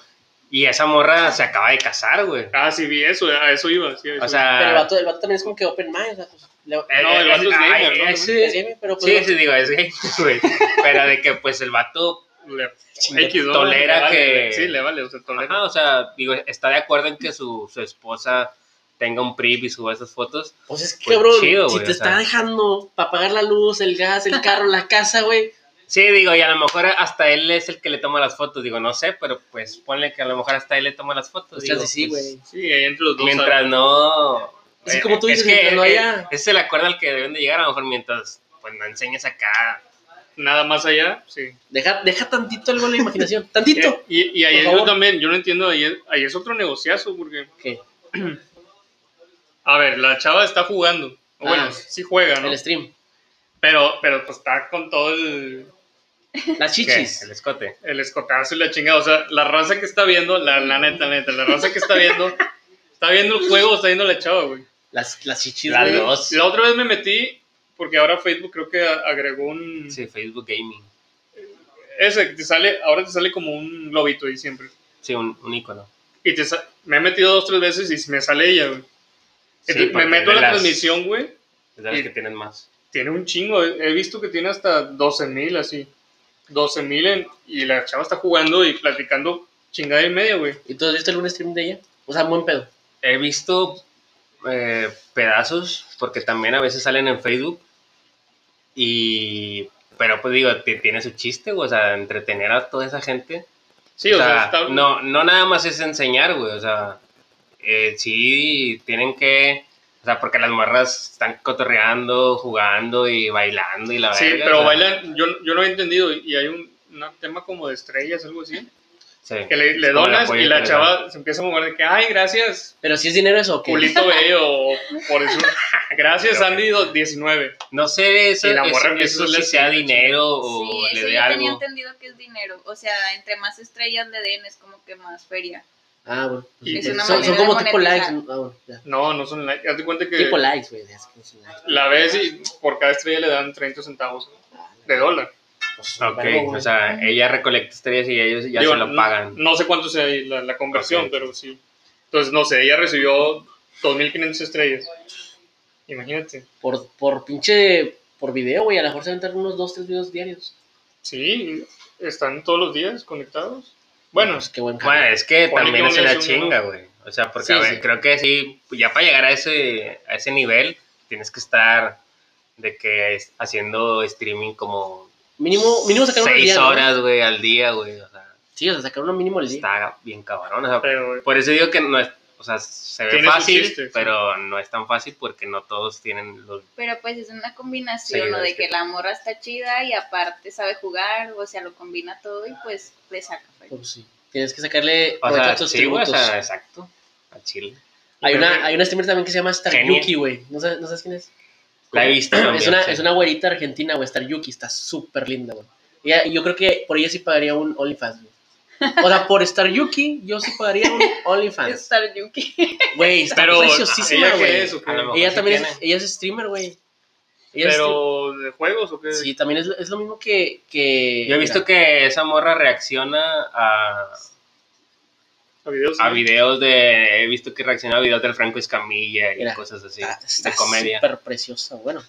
Speaker 2: Y esa morra se acaba de casar, güey.
Speaker 4: Ah, sí, vi eso, a eso iba. Sí, a
Speaker 1: Pero
Speaker 2: O
Speaker 4: eso
Speaker 1: el
Speaker 2: sea.
Speaker 1: vato, el vato también es como que open mind, o sea, pues, le-
Speaker 2: Ah. eh,
Speaker 4: No, el
Speaker 2: eh,
Speaker 4: vato es
Speaker 2: ay,
Speaker 4: gamer, ¿no?
Speaker 2: ese-
Speaker 1: es gay, pero pues,
Speaker 2: Sí,
Speaker 1: no-
Speaker 2: sí, digo, es gay, güey. Pero de que, pues, el vato.
Speaker 4: iba. Le-
Speaker 1: Chinga,
Speaker 4: X, ¿no?
Speaker 2: tolera
Speaker 4: Le vale,
Speaker 2: que-
Speaker 4: Sí, le vale, o sea, tolera.
Speaker 2: Ajá, o sea, digo, está de acuerdo en que su, su esposa tenga un PRIP y suba esas fotos.
Speaker 1: Pues es que,
Speaker 2: Pues
Speaker 1: cabrón,
Speaker 2: chido,
Speaker 1: si
Speaker 2: güey,
Speaker 1: te
Speaker 2: o
Speaker 1: está
Speaker 2: sea.
Speaker 1: dejando para pagar la luz, el gas, el carro, la casa, güey,
Speaker 2: Sí, digo, y a lo mejor hasta él es el que le toma las fotos. Digo, no sé, pero pues ponle que a lo mejor hasta él le toma las fotos.
Speaker 1: O sea,
Speaker 2: digo,
Speaker 1: sí,
Speaker 2: pues,
Speaker 1: güey.
Speaker 4: Sí, ahí entre los dos.
Speaker 2: Mientras
Speaker 4: ¿sabes?
Speaker 2: no.
Speaker 1: Así
Speaker 2: eh,
Speaker 1: como tú dices,
Speaker 2: es que,
Speaker 1: mientras no
Speaker 2: eh,
Speaker 1: haya-
Speaker 2: Ese es el acuerdo al que deben de llegar, a lo mejor mientras pues no enseñes acá.
Speaker 4: Nada más allá, sí.
Speaker 1: Deja, deja tantito algo a la imaginación. Tantito.
Speaker 4: Y, y ahí
Speaker 1: Por
Speaker 4: es
Speaker 1: favor.
Speaker 4: también, yo no entiendo, ahí es, ahí es otro negociazo, porque,
Speaker 1: ¿Qué?
Speaker 4: a ver, la chava está jugando. O bueno,
Speaker 1: Ah.
Speaker 4: sí juega, ¿no?
Speaker 1: El stream.
Speaker 4: Pero, pero pues está con todo el,
Speaker 1: Las
Speaker 2: ¿qué?
Speaker 1: chichis.
Speaker 2: El escote.
Speaker 4: el escotazo y la chingada. O sea, la raza que está viendo, la, la neta, la neta, la raza que está viendo, está viendo el juego, está viendo la chava, güey.
Speaker 1: Las, las chichis,
Speaker 2: Las
Speaker 1: güey.
Speaker 2: dos.
Speaker 4: La otra vez me metí, porque ahora Facebook creo que a- agregó un...
Speaker 2: Sí, Facebook Gaming.
Speaker 4: Ese, que te sale, ahora te sale como un globito ahí siempre.
Speaker 2: Sí, un, un icono.
Speaker 4: Y te sa- me he metido dos, tres veces y me sale ella, güey.
Speaker 2: Sí,
Speaker 4: Entonces, me
Speaker 2: porque
Speaker 4: meto
Speaker 2: de
Speaker 4: a la
Speaker 2: las-
Speaker 4: transmisión, güey.
Speaker 2: Es de las
Speaker 4: Y-
Speaker 2: que tienen más.
Speaker 4: Tiene un chingo. He he visto que tiene hasta 12 mil, así. 12 mil y la chava está jugando y platicando chingada y media, güey.
Speaker 1: ¿Y tú has visto algún stream de ella? O sea, buen pedo.
Speaker 2: He visto eh, pedazos, porque también a veces salen en Facebook. Y. Pero pues digo, ti- tiene su chiste, güey, O sea, entretener a toda esa gente.
Speaker 4: Sí, o, sea, está-
Speaker 2: no, no nada más es enseñar, güey. O sea, eh, sí tienen que. O sea, porque las morras están cotorreando, jugando y bailando y la
Speaker 4: Sí,
Speaker 2: verga, o
Speaker 4: pero
Speaker 2: sea,
Speaker 4: bailan, yo, yo no he entendido, y hay un, un tema como de estrellas, algo así,
Speaker 2: sí.
Speaker 4: que le, le
Speaker 2: Es como el
Speaker 4: donas
Speaker 2: apoyo
Speaker 4: y
Speaker 2: que
Speaker 4: la
Speaker 2: le
Speaker 4: chava se empieza a mover de que, ay, gracias,
Speaker 1: Pero si es dinero eso, ¿o qué?
Speaker 4: culito bello, o por eso, gracias,
Speaker 2: Pero-
Speaker 4: Andy, do- 19.
Speaker 2: No sé eso,
Speaker 4: Y la morra
Speaker 2: eso,
Speaker 4: empieza a
Speaker 2: eso si
Speaker 4: hacerle
Speaker 2: sea
Speaker 4: así,
Speaker 2: dinero o le
Speaker 3: Sí, eso
Speaker 2: dé
Speaker 3: yo tenía
Speaker 2: algo.
Speaker 3: entendido que es dinero. O sea, entre más estrellas le den, es como que más feria.
Speaker 1: Ah, bueno.
Speaker 4: Y-
Speaker 3: Es una
Speaker 1: Son,
Speaker 3: manera
Speaker 1: son
Speaker 3: de
Speaker 1: como tipo likes.
Speaker 3: monetizar.
Speaker 1: Ah, bueno, ya.
Speaker 4: No, no son likes, hazte cuenta que
Speaker 1: Tipo likes, güey. ya sé que es un like.
Speaker 4: la ves y por cada estrella le dan 30 centavos de dólar.
Speaker 1: Pues,
Speaker 2: Ok,
Speaker 1: algo,
Speaker 2: o
Speaker 1: güey.
Speaker 2: sea, ella recolecta estrellas y ellos ya
Speaker 4: Digo,
Speaker 2: se lo
Speaker 4: no-
Speaker 2: pagan.
Speaker 4: No, sé cuánto sea ahí la, la conversión,
Speaker 2: Ok.
Speaker 4: pero sí. Entonces, no sé, ella recibió 2.500 estrellas. Imagínate.
Speaker 1: Por, por pinche. Por video, güey. A lo mejor se van a entrar unos dos, tres videos diarios.
Speaker 4: Sí, están todos los días conectados. Bueno,
Speaker 1: Pues qué buen
Speaker 2: Bueno,
Speaker 1: jale.
Speaker 2: es que
Speaker 4: Ponle
Speaker 2: también
Speaker 4: que
Speaker 2: es
Speaker 4: un
Speaker 2: una
Speaker 4: mes, un
Speaker 2: chinga, güey. O sea, porque
Speaker 1: Sí,
Speaker 2: a ver,
Speaker 1: sí.
Speaker 2: creo que sí, ya para llegar a ese, a ese nivel, tienes que estar de que es- haciendo streaming como
Speaker 1: Mínimo, mínimo sacar uno al
Speaker 2: seis
Speaker 1: día, ¿no?
Speaker 2: horas, güey, al día, güey. O sea,
Speaker 1: Sí, o sea, sacar uno mínimo al día.
Speaker 2: está bien cabrón. O sea,
Speaker 4: pero
Speaker 2: por eso digo que no es, o sea, se ve
Speaker 4: Tiene su
Speaker 2: fácil,
Speaker 4: chiste, sí.
Speaker 2: pero no es tan fácil porque no todos tienen los...
Speaker 3: Pero pues es una combinación,
Speaker 2: Sí,
Speaker 3: ¿no?
Speaker 2: es
Speaker 3: De
Speaker 2: que-
Speaker 3: que la morra está chida y aparte sabe jugar, o sea, lo combina todo y pues le saca feria.
Speaker 1: Pues sí. Tienes que sacarle
Speaker 2: O
Speaker 1: provecho
Speaker 2: sea,
Speaker 1: a tus
Speaker 2: sí, güey, o
Speaker 1: tributos.
Speaker 2: sea, exacto, al chile.
Speaker 1: hay, una, hay una streamer también que se llama Star
Speaker 2: Genial.
Speaker 1: Yuki, güey. ¿No sabes, ¿No sabes quién es?
Speaker 2: La he visto
Speaker 1: Es
Speaker 2: también,
Speaker 1: una,
Speaker 2: sí.
Speaker 1: es una güerita argentina, güey, Star Yuki, está súper linda, güey. Ella- y yo creo que por ella sí pagaría un OnlyFans, güey. O sea, por Star Yuki, yo sí pagaría un OnlyFans.
Speaker 3: Star Yuki.
Speaker 1: Güey, está
Speaker 4: Pero,
Speaker 1: preciosísima,
Speaker 4: ¿ella qué
Speaker 1: güey.
Speaker 4: es o qué?
Speaker 2: A lo mejor
Speaker 1: Ella
Speaker 2: sí
Speaker 1: también es,
Speaker 2: tiene.
Speaker 1: ella es streamer, güey. Ella es
Speaker 4: pero de juegos o qué?
Speaker 1: stream- sí, también es, es lo mismo que... que
Speaker 2: eh, Yo he visto
Speaker 1: mira,
Speaker 2: que esa morra reacciona a...
Speaker 4: a videos.
Speaker 2: a
Speaker 4: ¿no?
Speaker 2: videos de. He visto que reacciona a videos del Franco Escamilla y
Speaker 1: Mira,
Speaker 2: cosas así.
Speaker 1: Está, está
Speaker 2: de comedia.
Speaker 1: súper preciosa, bueno.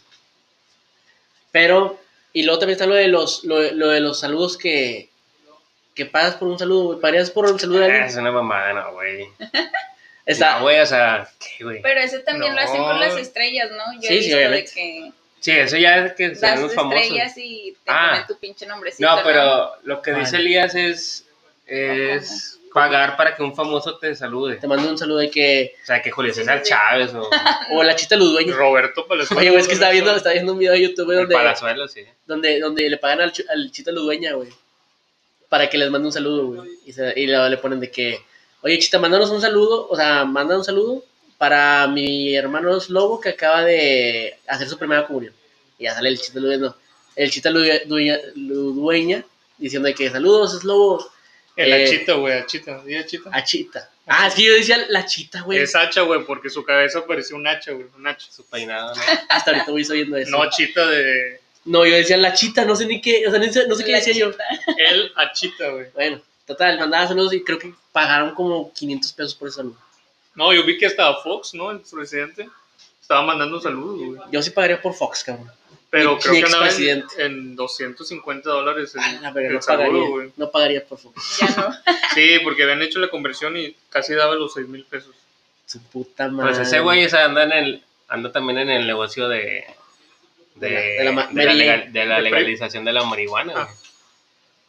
Speaker 1: Pero, y luego también está lo de los, lo, de- lo de los saludos que... Que pagas por un saludo, güey. Pagarías por un saludo de
Speaker 2: Ah,
Speaker 1: alguien.
Speaker 2: es una mamada, no, güey.
Speaker 1: Está,
Speaker 2: No, güey, o sea, ¿qué, güey?
Speaker 3: Pero eso también lo hacen
Speaker 4: No.
Speaker 3: con las estrellas, ¿no?
Speaker 1: Sí, sí,
Speaker 3: Yo he visto de
Speaker 1: obviamente.
Speaker 3: que
Speaker 2: Sí, eso ya es que
Speaker 3: das
Speaker 2: son los famosos.
Speaker 3: estrellas y te
Speaker 2: Ah.
Speaker 3: ponen tu pinche nombrecito.
Speaker 2: No, pero lo que dice
Speaker 1: Vale.
Speaker 2: Elías es. Es pagar para que un famoso te salude.
Speaker 1: te mando un saludo de que...
Speaker 2: O sea, que Julio
Speaker 3: Sí,
Speaker 2: César
Speaker 3: sí, sí.
Speaker 2: Chávez o.
Speaker 1: O la chita Ludueño.
Speaker 4: Roberto Palazuelos.
Speaker 1: Oye, güey, es que estaba viendo, estaba viendo un video Pues de YouTube
Speaker 2: El
Speaker 1: donde,
Speaker 2: Palazuelo, sí.
Speaker 1: donde, donde le pagan al, chu- al chita Ludueña, güey. Para que les mande un saludo, güey. Y, se- y luego le ponen de que, oye, chita, mándanos un saludo, o sea, manda un saludo para mi hermano Lobo que acaba de hacer su primera comunión. Y ya sale el chita Ludueña, el chita Ludu- Dueña- Ludueña diciendo de que saludos, es Lobo,
Speaker 4: El
Speaker 1: Eh,
Speaker 4: Achita, güey, Achita. Di Achita.
Speaker 1: a chita. Ah, es que yo decía la chita, güey.
Speaker 4: Es hacha, güey, porque su cabeza parecía un hacha, güey. Un hacha.
Speaker 2: Su peinado, ¿no?
Speaker 1: Hasta ahorita voy oyendo eso.
Speaker 4: No
Speaker 1: No,
Speaker 4: Achita de.
Speaker 1: yo decía la chita, no sé ni qué, o sea, no sé, no sé qué
Speaker 3: La
Speaker 1: decía yo.
Speaker 4: El Achita, güey.
Speaker 1: Bueno, total, mandaba saludos y creo que pagaron como 500 pesos por ese saludo.
Speaker 4: No, yo vi que estaba Fox, ¿no? El presidente. Estaba mandando saludos, güey.
Speaker 1: Yo sí pagaría por Fox, cabrón.
Speaker 4: Pero
Speaker 1: Mi- mi
Speaker 4: creo que andaba en,
Speaker 1: expresidente.
Speaker 4: en 250 dólares el,
Speaker 1: A
Speaker 2: Ah,
Speaker 1: la verga,
Speaker 4: el
Speaker 1: no
Speaker 4: saludo,
Speaker 1: pagaría.
Speaker 4: güey.
Speaker 1: No pagaría por Fox.
Speaker 3: Ya no.
Speaker 4: Sí, porque habían hecho la conversión y casi daba los 6 mil pesos.
Speaker 1: Su puta madre.
Speaker 2: Pues ese güey o sea, anda, en el, anda también en el negocio de. de,
Speaker 1: De la- de la ma-
Speaker 2: de la
Speaker 1: Mary Jane.
Speaker 2: legal- de la
Speaker 4: De Prey.
Speaker 2: legalización de la marihuana,
Speaker 4: Ah.
Speaker 2: güey.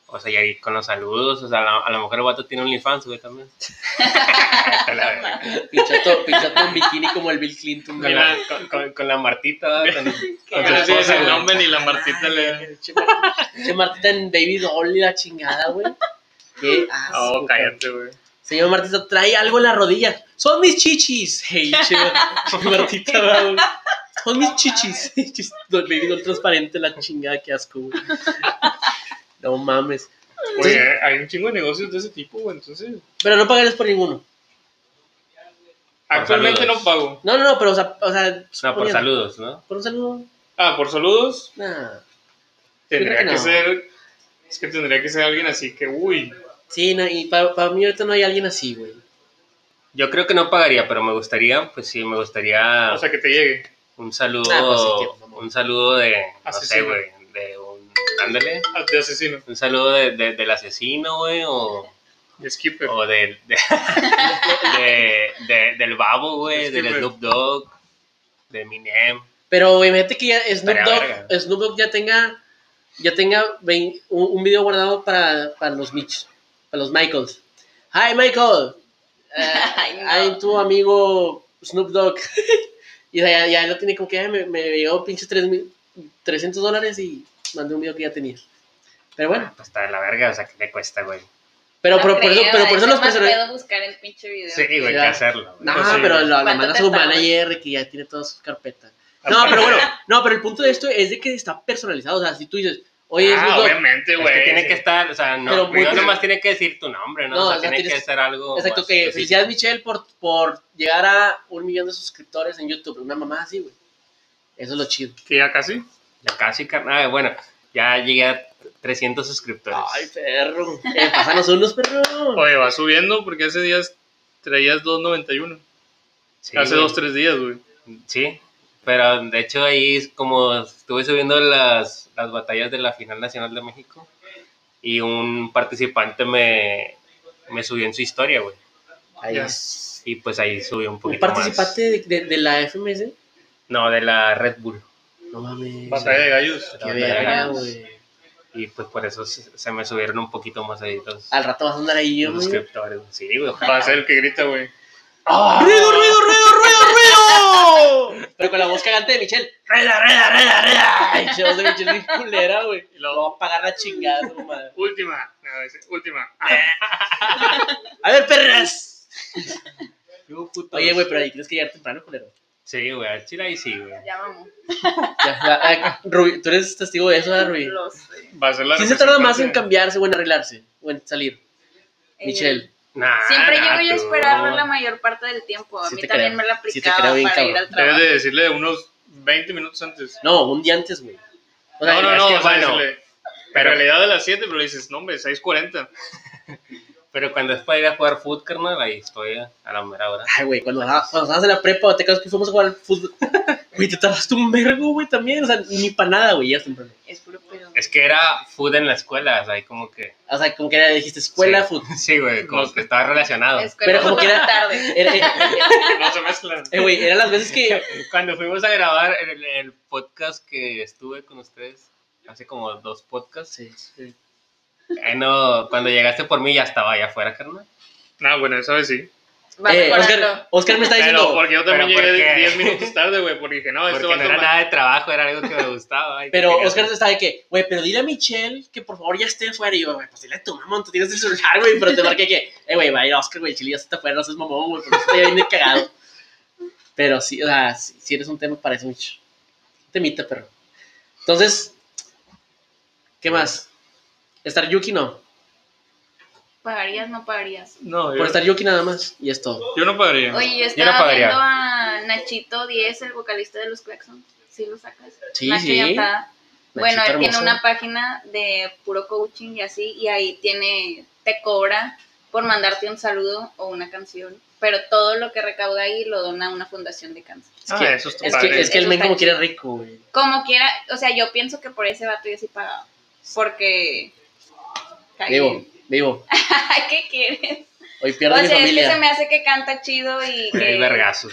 Speaker 2: O sea, y ahí con los saludos, o sea, a la- a lo mejor el vato tiene un OnlyFans, güey, también. Está la verga.
Speaker 1: Pichato, pichato en bikini como el Bill Clinton.
Speaker 2: Con
Speaker 1: güey.
Speaker 4: Ah,
Speaker 2: la, con, con- con la Martita, ¿verdad? con,
Speaker 3: Qué
Speaker 2: con su
Speaker 4: no
Speaker 3: asco.
Speaker 4: tienes
Speaker 2: esposa,
Speaker 4: el
Speaker 2: güey.
Speaker 4: nombre ni la Martita le.
Speaker 1: Che, Mar- che, Martita en David Ollie, la chingada, güey. Qué
Speaker 2: Ah,
Speaker 1: asco.
Speaker 4: No, cállate, güey.
Speaker 1: Señor Martita, trae algo en la rodilla. Son mis chichis. Hey, che, che, Martita, va, güey. Son mis chichis. Chis- Baby doll transparente, la chingada, qué asco, güey. No mames.
Speaker 4: Güey, hay un chingo de negocios de ese tipo, güey, entonces.
Speaker 1: Pero no pagarías por ninguno.
Speaker 4: Actualmente no
Speaker 2: saludos.
Speaker 4: pago.
Speaker 1: No, no, no, pero o sea, o sea
Speaker 2: No, por
Speaker 1: suponiendo-
Speaker 2: saludos, ¿no?
Speaker 1: Por un saludo.
Speaker 4: Ah, por saludos,
Speaker 1: Nah.
Speaker 4: tendría
Speaker 1: Creo que
Speaker 4: que,
Speaker 1: no.
Speaker 4: ser. Es que tendría que ser alguien así que, uy.
Speaker 1: Sí, no, y para mí ahorita no hay alguien así, güey.
Speaker 2: Yo creo que no pagaría, pero me gustaría, pues sí, me gustaría
Speaker 4: O sea, que te llegue.
Speaker 2: un saludo,
Speaker 1: Ah, pues sí, tío, mamá.
Speaker 2: un saludo de, no sé,
Speaker 4: Asesino.
Speaker 2: güey, de un, ándale,
Speaker 4: Ah, de asesino.
Speaker 2: un saludo de- de- del asesino, güey, o,
Speaker 4: De skipper.
Speaker 2: o del, de- de- de- del babo, güey,
Speaker 4: Es que
Speaker 2: del
Speaker 4: me-
Speaker 2: Snoop Dogg, de Eminem,
Speaker 1: Pero güey, imagínate que ya Snoop
Speaker 2: Estaría
Speaker 1: Dogg,
Speaker 2: verga.
Speaker 1: Snoop Dogg ya tenga, ya tenga vein- un, un video guardado para, para los Mitch, para los Michaels. Hi Michael,
Speaker 3: Ay, no.
Speaker 1: hay tu amigo Snoop Dogg. y o sea, ya, ya lo tiene como que "Ay, me, me llegó pinches tres mil- 300 dólares y mandé un video que ya tenía. Pero bueno,
Speaker 2: pues está de la verga, o sea, ¿qué te cuesta, güey?
Speaker 1: pero,
Speaker 3: No
Speaker 1: pero por eso,
Speaker 3: creo,
Speaker 1: pero por
Speaker 3: hay
Speaker 1: eso
Speaker 3: que
Speaker 1: los
Speaker 3: más
Speaker 1: personajes...
Speaker 3: puedo buscar el pinche video.
Speaker 2: Sí, güey, ¿qué
Speaker 1: Ya.
Speaker 2: hacerlo? güey?
Speaker 1: No,
Speaker 4: Pues sí.
Speaker 1: pero lo, lo
Speaker 3: ¿Cuánto
Speaker 1: mandas
Speaker 3: te
Speaker 1: a su
Speaker 3: tardas?
Speaker 1: manager que ya tiene todas sus carpetas.
Speaker 4: Ah,
Speaker 1: No, pero bueno, no, pero el punto de esto es de que está personalizado. O sea, si tú dices, oye, es
Speaker 4: Ah,
Speaker 1: Snoop Dogg,
Speaker 4: obviamente,
Speaker 2: Es
Speaker 4: güey.
Speaker 2: que tiene
Speaker 4: sí.
Speaker 2: que estar, o sea, no,
Speaker 1: Pero muy-
Speaker 2: no nomás tiene que decir tu nombre, ¿no?
Speaker 1: No,
Speaker 2: o sea,
Speaker 1: o sea,
Speaker 2: tiene
Speaker 1: tienes-
Speaker 2: que ser
Speaker 4: pues,
Speaker 2: algo.
Speaker 1: Exacto,
Speaker 2: más
Speaker 1: que
Speaker 2: específico.
Speaker 1: felicidades Michelle por, por llegar a un millón de suscriptores en YouTube. Una mamá así, güey. Eso es lo chido.
Speaker 4: Que ya casi.
Speaker 2: Ya casi, carnal. Bueno, ya llegué a 300 suscriptores.
Speaker 1: Ay, perro. Eh, pásanos unos, perro.
Speaker 4: Oye, va subiendo porque hace días traías 2.91.
Speaker 2: Sí,
Speaker 4: hace
Speaker 2: güey.
Speaker 4: dos, tres días, güey.
Speaker 2: Sí, pero de hecho ahí es como estuve subiendo las, las batallas de la final nacional de México y un participante me, me subió en su historia, güey.
Speaker 1: Ahí
Speaker 4: Ya.
Speaker 1: es.
Speaker 2: Y pues ahí subió un
Speaker 1: Un
Speaker 2: poquito más.
Speaker 1: participante de, de- de la FMS.
Speaker 2: No, de la Red Bull.
Speaker 1: No mames.
Speaker 4: Batalla de gallos.
Speaker 1: Qué
Speaker 2: la
Speaker 1: verga,
Speaker 2: batalla.
Speaker 1: güey.
Speaker 2: Y pues por eso se, se me subieron un poquito más ahí los,
Speaker 1: Al rato vas a andar ahí,
Speaker 2: los
Speaker 1: güey.
Speaker 2: suscriptores. Sí, güey. ojalá.
Speaker 4: Va a ser el que grita, güey.
Speaker 1: ¡Ruido, ruido, ruido, ruido, ruido! Pero con la voz cagante de Michelle. ¡Reda, reda, reda, reda! Ay, che, voz de Michelle bien culera, güey.
Speaker 4: Y
Speaker 1: Lo va
Speaker 4: luego,
Speaker 1: a pagar la chingada, su madre.
Speaker 4: última. No, dice, última.
Speaker 1: A ver, perras. Oye, güey, pero ahí tienes que llegar temprano, culero.
Speaker 2: Sí, güey, al chile ahí sí, güey.
Speaker 3: Ya vamos.
Speaker 1: Ya, ya, ah, Rubí, tú eres testigo de eso, ¿verdad, Rubí?
Speaker 3: Lo sé.
Speaker 4: Va a ser la
Speaker 1: ¿Quién se tarda más en
Speaker 4: representante.
Speaker 1: cambiarse o en arreglarse o en salir?
Speaker 3: Eh,
Speaker 1: Michelle.
Speaker 2: Nah,
Speaker 3: Siempre
Speaker 2: nah,
Speaker 3: llego yo a
Speaker 2: tú.
Speaker 3: esperarlo la mayor parte del tiempo. A
Speaker 1: Sí
Speaker 3: mí
Speaker 1: te
Speaker 3: también
Speaker 1: creo.
Speaker 3: me la
Speaker 1: Sí te
Speaker 3: aplicaba
Speaker 1: creo bien,
Speaker 3: para ir
Speaker 1: cabrón.
Speaker 3: al
Speaker 4: Debes
Speaker 3: trabajo.
Speaker 4: de decirle unos 20 minutos antes.
Speaker 1: No, un día antes, güey. O sea,
Speaker 4: No, no,
Speaker 2: es
Speaker 4: no.
Speaker 2: que
Speaker 4: o sea,
Speaker 2: bueno,
Speaker 4: decirle,
Speaker 2: pero-
Speaker 4: en realidad de las 7, pero le dices, no, hombre, 6.40.
Speaker 2: Pero cuando es para ir a jugar fútbol, carnal, ahí estoy a a la mera hora.
Speaker 1: Ay, güey, cuando, estaba- cuando estabas en la prepa, te crees que fuimos a jugar al fútbol. Güey, te tardaste un vergo, güey, también. O sea, ni para nada, güey, ya temprano.
Speaker 3: Es puro pedo.
Speaker 2: Es que era fútbol en la escuela, o sea, ahí como que...
Speaker 1: O sea, como que era, dijiste escuela,
Speaker 2: Sí.
Speaker 1: fútbol.
Speaker 2: Sí, güey, como
Speaker 4: No.
Speaker 2: que estaba relacionado.
Speaker 3: Escuela
Speaker 1: Pero como
Speaker 3: por
Speaker 1: que
Speaker 3: la
Speaker 1: era-
Speaker 3: tarde.
Speaker 1: Era- eh,
Speaker 4: No se mezclan.
Speaker 1: eh, güey, eran las veces que.
Speaker 2: Cuando fuimos a grabar el, el podcast que estuve con ustedes, hace como dos podcasts,
Speaker 1: Sí.
Speaker 2: eh, no, cuando llegaste por mí ya estaba allá afuera, carnal.
Speaker 4: No, bueno, esa vez sí.
Speaker 3: Va
Speaker 1: Eh,
Speaker 3: mejorando.
Speaker 1: Oscar, Oscar me está
Speaker 4: Pero
Speaker 1: diciendo.
Speaker 4: porque yo también
Speaker 2: Pero ¿por
Speaker 4: llegué
Speaker 2: qué?
Speaker 4: 10 minutos tarde, güey, porque dije, no, este
Speaker 2: Porque
Speaker 4: esto
Speaker 2: no
Speaker 4: va a
Speaker 2: era
Speaker 4: tomar.
Speaker 2: nada de trabajo, era algo que me gustaba. y
Speaker 1: Pero
Speaker 2: que-
Speaker 1: Oscar está de que, güey, pero dile a Michelle que por favor ya esté fuera. Y yo, güey, pues dile a tu mamón, tú tienes el celular, güey, pero te marqué que, eh, güey, va a ir Oscar, güey, el chile ya se está fuera, no seas mamón, güey, pero estoy bien cagado. Pero sí, o sea, si, eres un tema, parece mucho. Un Temita, perro. Entonces, ¿qué más? ¿Estar Yuki no?
Speaker 3: ¿Pagarías no pagarías?
Speaker 4: No,
Speaker 1: Por
Speaker 4: yo,
Speaker 1: estar Yuki nada más, y es todo.
Speaker 4: yo no pagaría.
Speaker 3: Oye, yo
Speaker 2: no
Speaker 3: estaba
Speaker 2: pagaría.
Speaker 3: viendo a Nachito 10, el vocalista de los Claxons. Sí, lo sacas.
Speaker 1: Sí,
Speaker 3: Nacho
Speaker 1: sí.
Speaker 3: Yantada. Bueno, él
Speaker 1: Nachito
Speaker 3: tiene
Speaker 1: hermoso.
Speaker 3: una página de puro coaching y así, y ahí tiene, te cobra por mandarte un saludo o una canción, pero todo lo que recauda ahí lo dona a una fundación de cáncer.
Speaker 1: Es
Speaker 4: Ah,
Speaker 1: que,
Speaker 4: eso está
Speaker 1: es que,
Speaker 4: padre.
Speaker 1: es que el
Speaker 3: Eso
Speaker 1: men
Speaker 3: está
Speaker 1: como
Speaker 3: chido.
Speaker 1: quiere rico, güey.
Speaker 3: Como quiera, o sea, yo pienso que por ese vato yo sí pagaba, porque...
Speaker 1: Vivo, vivo.
Speaker 3: ¿Qué quieres?
Speaker 1: Hoy
Speaker 3: O
Speaker 1: pierdo
Speaker 3: sea,
Speaker 1: mi
Speaker 3: es que se
Speaker 1: familia.
Speaker 3: me hace que canta chido y
Speaker 2: Y hay
Speaker 3: que...
Speaker 2: vergazos.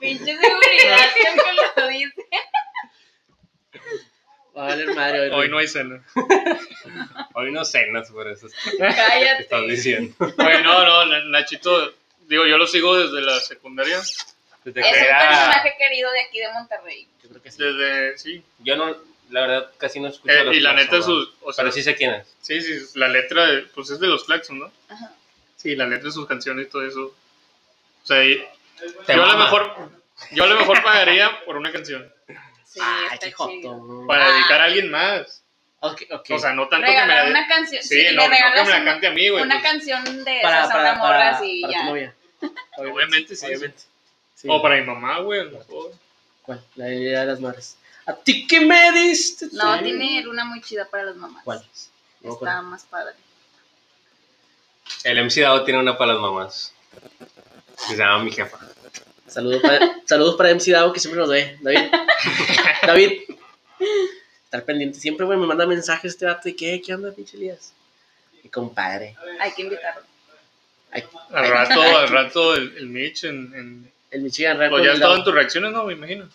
Speaker 3: Pinche seguridad siempre lo dice.
Speaker 1: Va a valer madre hoy.
Speaker 4: Hoy no hay cena.
Speaker 2: Hoy no cenas por eso que estás
Speaker 3: Cállate.
Speaker 2: diciendo.
Speaker 4: Oye, no, no, Na- Nachito, digo, yo lo sigo desde la secundaria.
Speaker 2: Desde
Speaker 3: Es
Speaker 2: que
Speaker 3: un
Speaker 2: era-
Speaker 3: personaje querido de aquí de Monterrey.
Speaker 1: Yo creo que sí.
Speaker 4: Desde, sí.
Speaker 2: Yo no, la verdad, casi no escucho.
Speaker 4: Eh,
Speaker 2: los
Speaker 4: y la neta,
Speaker 2: Claxon,
Speaker 4: sus, o
Speaker 2: ¿no?
Speaker 4: sea,
Speaker 2: Pero sí sé quién es.
Speaker 4: sí, sí, la letra, de- pues es de los Claxon, ¿no?
Speaker 3: Ajá.
Speaker 4: Sí, la letra de sus canciones y todo eso. O sea, y-
Speaker 2: Te
Speaker 4: yo a lo
Speaker 2: mama.
Speaker 4: mejor, yo a lo mejor pagaría por una canción.
Speaker 3: Sí,
Speaker 4: Ah,
Speaker 1: Ay,
Speaker 3: está
Speaker 1: Ah, qué joto.
Speaker 3: chido.
Speaker 1: no.
Speaker 4: Para
Speaker 3: Ah.
Speaker 4: dedicar a alguien más.
Speaker 1: Ok, ok.
Speaker 4: O sea, no tanto que me la
Speaker 3: Regalar
Speaker 4: de-
Speaker 3: una canción.
Speaker 4: Sí,
Speaker 3: si
Speaker 4: no,
Speaker 3: le
Speaker 4: no que
Speaker 3: regalas
Speaker 4: me la
Speaker 3: una,
Speaker 4: cante a mí, güey.
Speaker 3: una
Speaker 4: pues,
Speaker 3: canción de
Speaker 1: para,
Speaker 3: esas a una
Speaker 1: para,
Speaker 3: morra
Speaker 1: para,
Speaker 3: y
Speaker 1: para
Speaker 3: ya.
Speaker 1: tu novia.
Speaker 4: Obviamente, sí.
Speaker 1: Obviamente. Sí.
Speaker 4: O para mi mamá, güey, a lo mejor.
Speaker 1: ¿Cuál? La idea de las madres. ¿A ti qué me diste?
Speaker 3: No,
Speaker 1: Sí.
Speaker 3: tiene una muy chida para las mamás.
Speaker 1: ¿Cuál? No,
Speaker 3: Está más padre.
Speaker 2: El MC Dao tiene una para las mamás. Que se llama mi jefa.
Speaker 1: Saludos para, saludos para MC Davo que siempre nos ve. David. David. Estar pendiente. Siempre, güey, me manda mensajes este vato. ¿Y qué? ¿Qué onda, pinche Elías? Mi compadre.
Speaker 3: Hay que invitarlo.
Speaker 1: Ay,
Speaker 4: Al rato, al rato, el, el Mitch en. en
Speaker 1: el Michigan Red
Speaker 4: pues
Speaker 1: Bull
Speaker 4: ya
Speaker 1: del
Speaker 4: estaban
Speaker 1: Davo.
Speaker 4: tus reacciones, ¿no? Me imagino.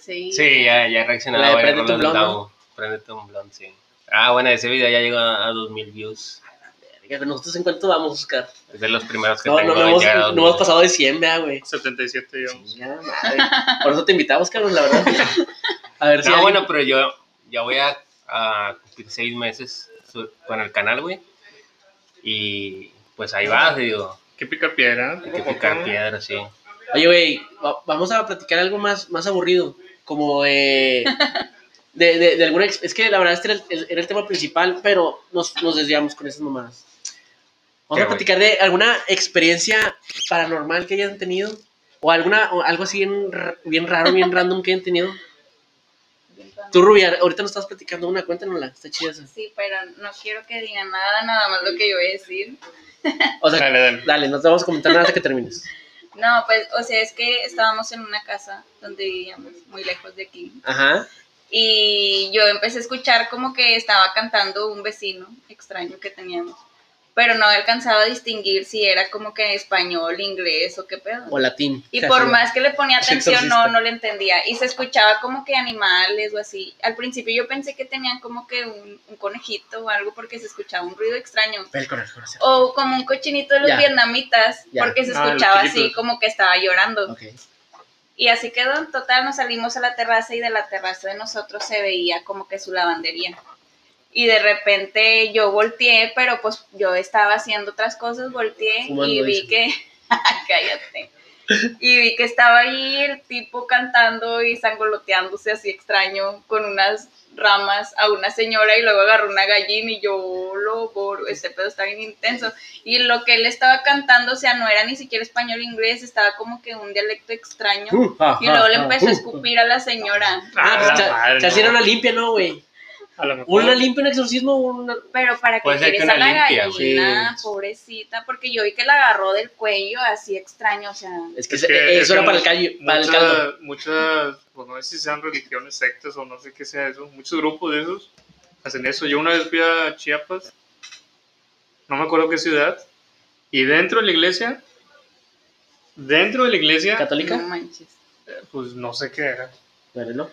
Speaker 3: Sí.
Speaker 2: Sí, ya, ya reaccionaba
Speaker 1: La de
Speaker 2: varias
Speaker 1: Prende tu
Speaker 2: rolas del
Speaker 1: blond,
Speaker 2: Dao. Prende un blond, sí. Ah, bueno, ese video ya llegó a, a 2000 views.
Speaker 1: Verga, Nosotros en cuánto vamos, Oscar.
Speaker 2: Es de los primeros que
Speaker 1: No,
Speaker 2: tengo.
Speaker 1: no, no,
Speaker 2: en
Speaker 1: hemos,
Speaker 2: llegar a
Speaker 1: no
Speaker 2: 2000.
Speaker 1: hemos pasado de 100, vea, güey.
Speaker 4: 77, digamos.
Speaker 1: Chinga madre. Por eso te invitamos, Carlos, la verdad. A ver si.
Speaker 2: No,
Speaker 1: alguien-
Speaker 2: bueno, pero yo ya voy a, a cumplir seis meses su- con el canal, güey. Y pues ahí vas, digo.
Speaker 4: Qué picar piedra.
Speaker 2: Hay que picar piedra, sí.
Speaker 1: Oye, güey, va- vamos a platicar algo más, más aburrido. Como de. De, de, de alguna. ex- Es que la verdad, este era el, era el tema principal, pero nos, nos desviamos con esas mamadas. Vamos
Speaker 2: ¿Qué,
Speaker 1: a
Speaker 2: güey?
Speaker 1: platicar de alguna experiencia paranormal que hayan tenido. O, alguna, o algo así bien, r- bien raro, bien random que hayan tenido. Tú, Rubia, ahorita nos estás platicando una, cuéntanosla, está chida esa.
Speaker 3: Sí, pero no quiero que digan nada, nada más lo que yo voy a decir.
Speaker 1: O sea,
Speaker 4: Dale, dale.
Speaker 1: dale, no te vamos a comentar nada hasta que termines.
Speaker 3: No, pues, o sea, es que estábamos en una casa donde vivíamos, muy lejos de aquí.
Speaker 1: Ajá.
Speaker 3: Y yo empecé a escuchar como que estaba cantando un vecino extraño que teníamos. Pero no alcanzaba a distinguir si era como que español, inglés o qué pedo.
Speaker 1: O latín.
Speaker 3: Y
Speaker 1: que
Speaker 3: por
Speaker 1: así,
Speaker 3: más que le ponía atención,
Speaker 1: Exorcista.
Speaker 3: no, no le entendía. Y se escuchaba como que animales o así. Al principio yo pensé que tenían como que un, un conejito o algo porque se escuchaba un ruido extraño.
Speaker 1: Ve el corazón, corazón.
Speaker 3: O como un cochinito de los
Speaker 1: Ya.
Speaker 3: vietnamitas
Speaker 1: Ya.
Speaker 3: porque se
Speaker 4: Ah, los
Speaker 3: escuchaba así
Speaker 4: chiquitos.
Speaker 3: como que estaba llorando.
Speaker 1: Ok.
Speaker 3: Y así quedó, en total nos salimos a la terraza y de la terraza de nosotros se veía como que su lavandería. Y de repente yo volteé, pero pues yo estaba haciendo otras cosas, volteé
Speaker 1: Fumando,
Speaker 3: y vi
Speaker 1: dices.
Speaker 3: que... Cállate. Y vi que estaba ahí el tipo cantando y zangoloteándose así extraño con unas ramas a una señora y luego agarró una gallina y yo lo borro, este pedo está bien intenso. Y lo que él estaba cantando, o sea, no era ni siquiera español inglés, estaba como que un dialecto extraño.
Speaker 1: Uh,
Speaker 3: Y luego le empezó a escupir a la señora.
Speaker 1: Ah,
Speaker 4: A
Speaker 1: pues
Speaker 4: la
Speaker 1: cha-
Speaker 4: madre,
Speaker 1: chance era
Speaker 4: no.
Speaker 1: una limpia, ¿no, güey?
Speaker 4: A lo mejor.
Speaker 1: Una limpia, un exorcismo, una...
Speaker 3: Pero para que
Speaker 2: Puede ser que una
Speaker 3: quieres a la
Speaker 2: limpia,
Speaker 1: güey.
Speaker 3: gallina,
Speaker 1: Sí.
Speaker 3: pobrecita, porque yo vi que la agarró del cuello así extraño, o sea,
Speaker 1: Es que,
Speaker 4: Es
Speaker 1: se-
Speaker 4: que-
Speaker 1: eh,
Speaker 4: es
Speaker 1: eso
Speaker 4: que
Speaker 1: era para el,
Speaker 4: mu-
Speaker 1: callo, para el
Speaker 4: mucha-
Speaker 1: caldo.
Speaker 4: Muchas, pues no sé si sean religiones, sectas o no sé qué sea eso, muchos grupos de esos hacen eso. Yo una vez fui a Chiapas, no me acuerdo qué ciudad, y dentro de la iglesia, dentro de la iglesia,
Speaker 3: no
Speaker 1: ¿Católica?
Speaker 3: manches.
Speaker 4: eh, pues no sé qué era.
Speaker 1: Bueno, ¿no?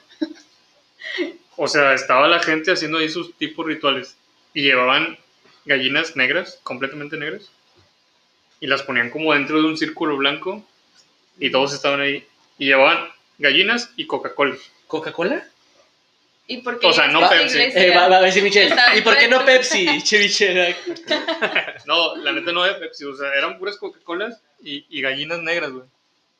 Speaker 4: O sea, estaba la gente haciendo ahí sus tipos rituales y llevaban gallinas negras, completamente negras, y las ponían como dentro de un círculo blanco y todos estaban ahí y llevaban gallinas y Coca-Cola.
Speaker 1: ¿Coca-Cola?
Speaker 3: ¿Y por qué
Speaker 4: O sea,
Speaker 3: llegas
Speaker 4: no
Speaker 3: a la
Speaker 4: Pepsi.
Speaker 3: iglesia?
Speaker 1: Eh, va, va a decir Michelle.
Speaker 3: Está
Speaker 1: ¿Y por qué no
Speaker 3: dentro.
Speaker 1: Pepsi, che, Michelle?
Speaker 4: No, la neta no era Pepsi, o sea, eran puras Coca-Colas y, y gallinas negras, güey.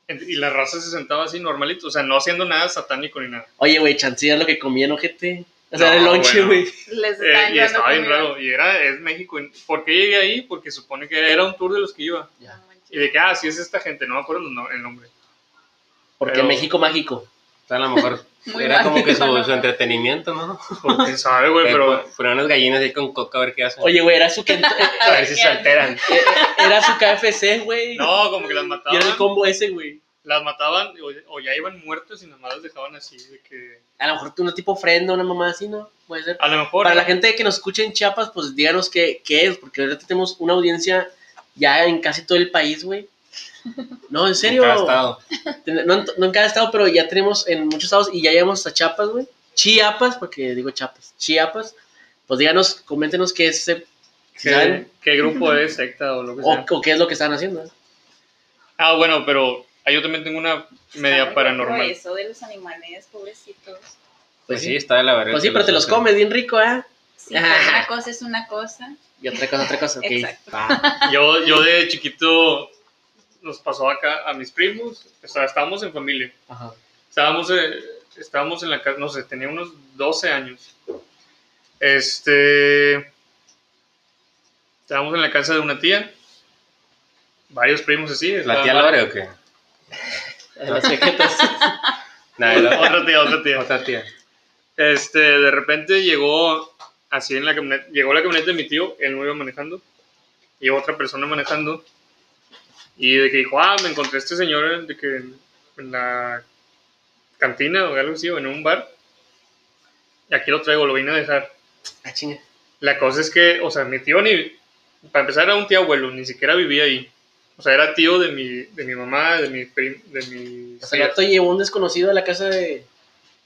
Speaker 4: En- Y la raza se sentaba así normalito, o sea, no haciendo nada satánico ni nada.
Speaker 1: Oye, güey, chance era lo que comían, ojete. O sea,
Speaker 4: No,
Speaker 1: era el lonche,
Speaker 4: bueno.
Speaker 1: güey.
Speaker 3: Les
Speaker 4: Eh,
Speaker 3: están
Speaker 4: y
Speaker 3: dando
Speaker 4: estaba bien
Speaker 3: comida.
Speaker 4: raro, y era, es México. y- ¿Por qué llegué ahí? Porque supone que era un tour de los que iba.
Speaker 3: No manches.
Speaker 4: Y de que, ah, sí es esta gente, no me acuerdo el no- el nombre.
Speaker 1: Porque
Speaker 4: Pero-
Speaker 1: México mágico.
Speaker 2: O sea, a lo mejor
Speaker 3: Muy
Speaker 2: era como que
Speaker 3: mágico,
Speaker 2: su,
Speaker 3: ¿no?
Speaker 2: su entretenimiento, ¿no?
Speaker 4: Pues, ¿Quién sabe, güey? Pero
Speaker 2: Pero poner unas gallinas ahí con coca a ver qué hacen.
Speaker 1: Oye, güey, era su, Kent- eh,
Speaker 2: a ver si se alteran.
Speaker 1: era su KFC, güey.
Speaker 4: no, como que las
Speaker 1: Y
Speaker 4: mataban.
Speaker 1: era el combo ese, güey.
Speaker 4: las mataban o, o ya iban muertas y nada más las dejaban así, de que...
Speaker 1: A lo mejor una tipo ofrenda, una mamá así, ¿no? Puede ser.
Speaker 4: A lo mejor...
Speaker 1: Para la gente que nos escucha en Chiapas, pues díganos qué, qué es, porque ahorita tenemos una audiencia ya en casi todo el país, güey. No, en serio.
Speaker 2: Nunca he estado.
Speaker 1: Ten- No, en to- no en cada estado, pero ya tenemos en muchos estados y ya llegamos a Chiapas, güey. Chiapas, porque digo Chiapas. Chiapas. Pues díganos, coméntenos qué es ese, si
Speaker 4: ¿Qué,
Speaker 1: saben,
Speaker 4: qué grupo es? ¿Secta o lo que sea?
Speaker 1: o, o qué es lo que están haciendo. ¿eh?
Speaker 4: Ah, bueno, pero ah, yo también tengo una media
Speaker 3: Está muy
Speaker 4: paranormal.
Speaker 3: loco Eso de los animales, pobrecitos.
Speaker 2: Pues sí, está de la verga.
Speaker 1: Pues sí,
Speaker 2: que
Speaker 1: pero te los
Speaker 2: hacen.
Speaker 1: comes bien rico, ¿eh?
Speaker 3: Sí, pero una cosa es una cosa.
Speaker 1: Y otra cosa, otra cosa. ok.
Speaker 2: Eh.
Speaker 3: Exacto.
Speaker 2: Ah,
Speaker 1: Va.
Speaker 4: Yo, yo de chiquito nos pasó acá a mis primos, o sea, estábamos en familia,
Speaker 1: Ajá.
Speaker 4: estábamos, eh, estábamos en la casa, no sé, tenía unos 12 años. Este, estábamos en la casa de una tía, varios primos así.
Speaker 2: ¿La
Speaker 4: estaba-
Speaker 2: tía Lore o qué?
Speaker 1: Las chaquetas.
Speaker 2: No, la
Speaker 4: Otra tía, otra tía.
Speaker 2: otra tía.
Speaker 4: Este, de repente llegó así en la camioneta, llegó la camioneta de mi tío, él no iba manejando, y otra persona manejando, y de que dijo, ah, me encontré a este señor de que en la cantina o algo así, o en un bar, y aquí lo traigo, lo vine a dejar.
Speaker 1: Ah, chinga.
Speaker 4: La cosa es que, o sea, mi tío ni, para empezar era un tío abuelo, ni siquiera vivía ahí. O sea, era tío de mi, de mi mamá, de mi prim- de mi...
Speaker 1: O sea, el vato llevó un desconocido a la casa de.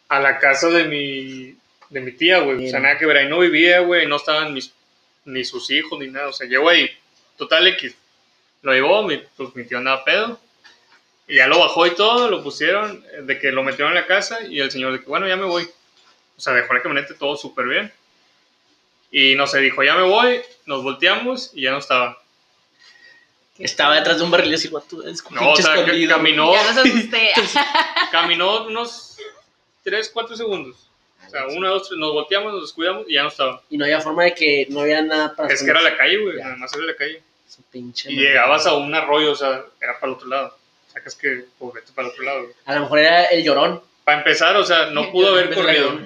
Speaker 4: a la casa de mi, de mi tía, güey. O sea, nada que ver, ahí no vivía, güey, no estaban mis, ni sus hijos ni nada. O sea, llegó ahí, total X. Lo llevó, mi, pues mi tío andaba pedo. Y ya lo bajó y todo, lo pusieron, eh, de que lo metieron en la casa y el señor de que, bueno, ya me voy. O sea, dejó la camioneta todo súper bien. Y no se dijo, ya me voy, nos volteamos y ya no estaba.
Speaker 1: Estaba detrás de un barril así, guato. Es
Speaker 4: No, o sea, que
Speaker 1: escondido.
Speaker 4: caminó,
Speaker 3: Ya los asusté.
Speaker 4: caminó unos 3, 4 segundos. O sea, una, dos, tres, nos volteamos, nos descuidamos y ya no estaba.
Speaker 1: Y no había forma de que no había nada para.
Speaker 4: Es que era la calle, güey,
Speaker 1: Ya.
Speaker 4: nada más era la calle.
Speaker 1: Su pinche
Speaker 4: Y
Speaker 1: madre.
Speaker 4: llegabas a un arroyo, o sea, era para el otro lado. Sacas que, pues vete para el otro lado, güey.
Speaker 1: A lo mejor era el llorón.
Speaker 4: Para empezar, o sea, no pudo haber corrido.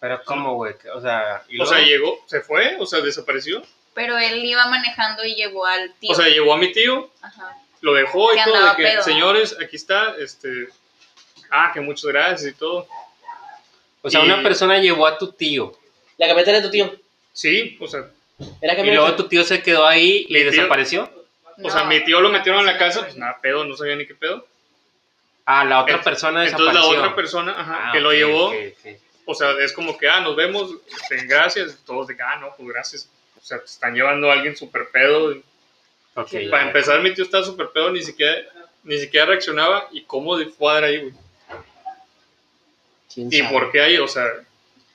Speaker 2: Pero ¿cómo, güey? O sea, ¿y
Speaker 4: O sea,
Speaker 2: luego?
Speaker 4: llegó, se fue, o sea, desapareció.
Speaker 3: Pero él iba manejando y llevó al tío.
Speaker 4: O sea, llegó a mi tío,
Speaker 3: Ajá.
Speaker 4: lo dejó y
Speaker 3: Que
Speaker 4: todo, de
Speaker 3: andaba
Speaker 4: que,
Speaker 3: pedo.
Speaker 4: señores, aquí está, este. Ah, que muchas gracias y todo.
Speaker 2: o sea,
Speaker 4: y-
Speaker 2: una persona llevó a tu tío.
Speaker 1: La camioneta era de tu tío.
Speaker 4: Sí, o sea,
Speaker 1: Era
Speaker 2: Y
Speaker 1: camioneta.
Speaker 2: luego tu tío se quedó ahí y
Speaker 4: Mi tío-
Speaker 2: desapareció.
Speaker 4: o sea,
Speaker 3: No.
Speaker 4: mi tío lo metieron en la casa, pues nada, pedo, no sabía ni qué pedo.
Speaker 2: Ah, la otra
Speaker 4: Ent-
Speaker 2: persona
Speaker 4: Entonces
Speaker 2: desapareció.
Speaker 4: la otra persona, ajá,
Speaker 2: Ah,
Speaker 4: que lo
Speaker 2: ok,
Speaker 4: llevó,
Speaker 2: ok, ok.
Speaker 4: O sea, es como que, ah, nos vemos, este, gracias, todos de que, ah, no, pues gracias. O sea, te están llevando a alguien súper pedo.
Speaker 2: Ok, ya,
Speaker 4: Para
Speaker 2: ya.
Speaker 4: empezar, mi tío estaba súper pedo, ni siquiera, ni siquiera reaccionaba. ¿Y cómo de cuadra ahí, güey?
Speaker 1: ¿Quién
Speaker 4: ¿Y
Speaker 1: sabe?
Speaker 4: por qué ahí? O sea,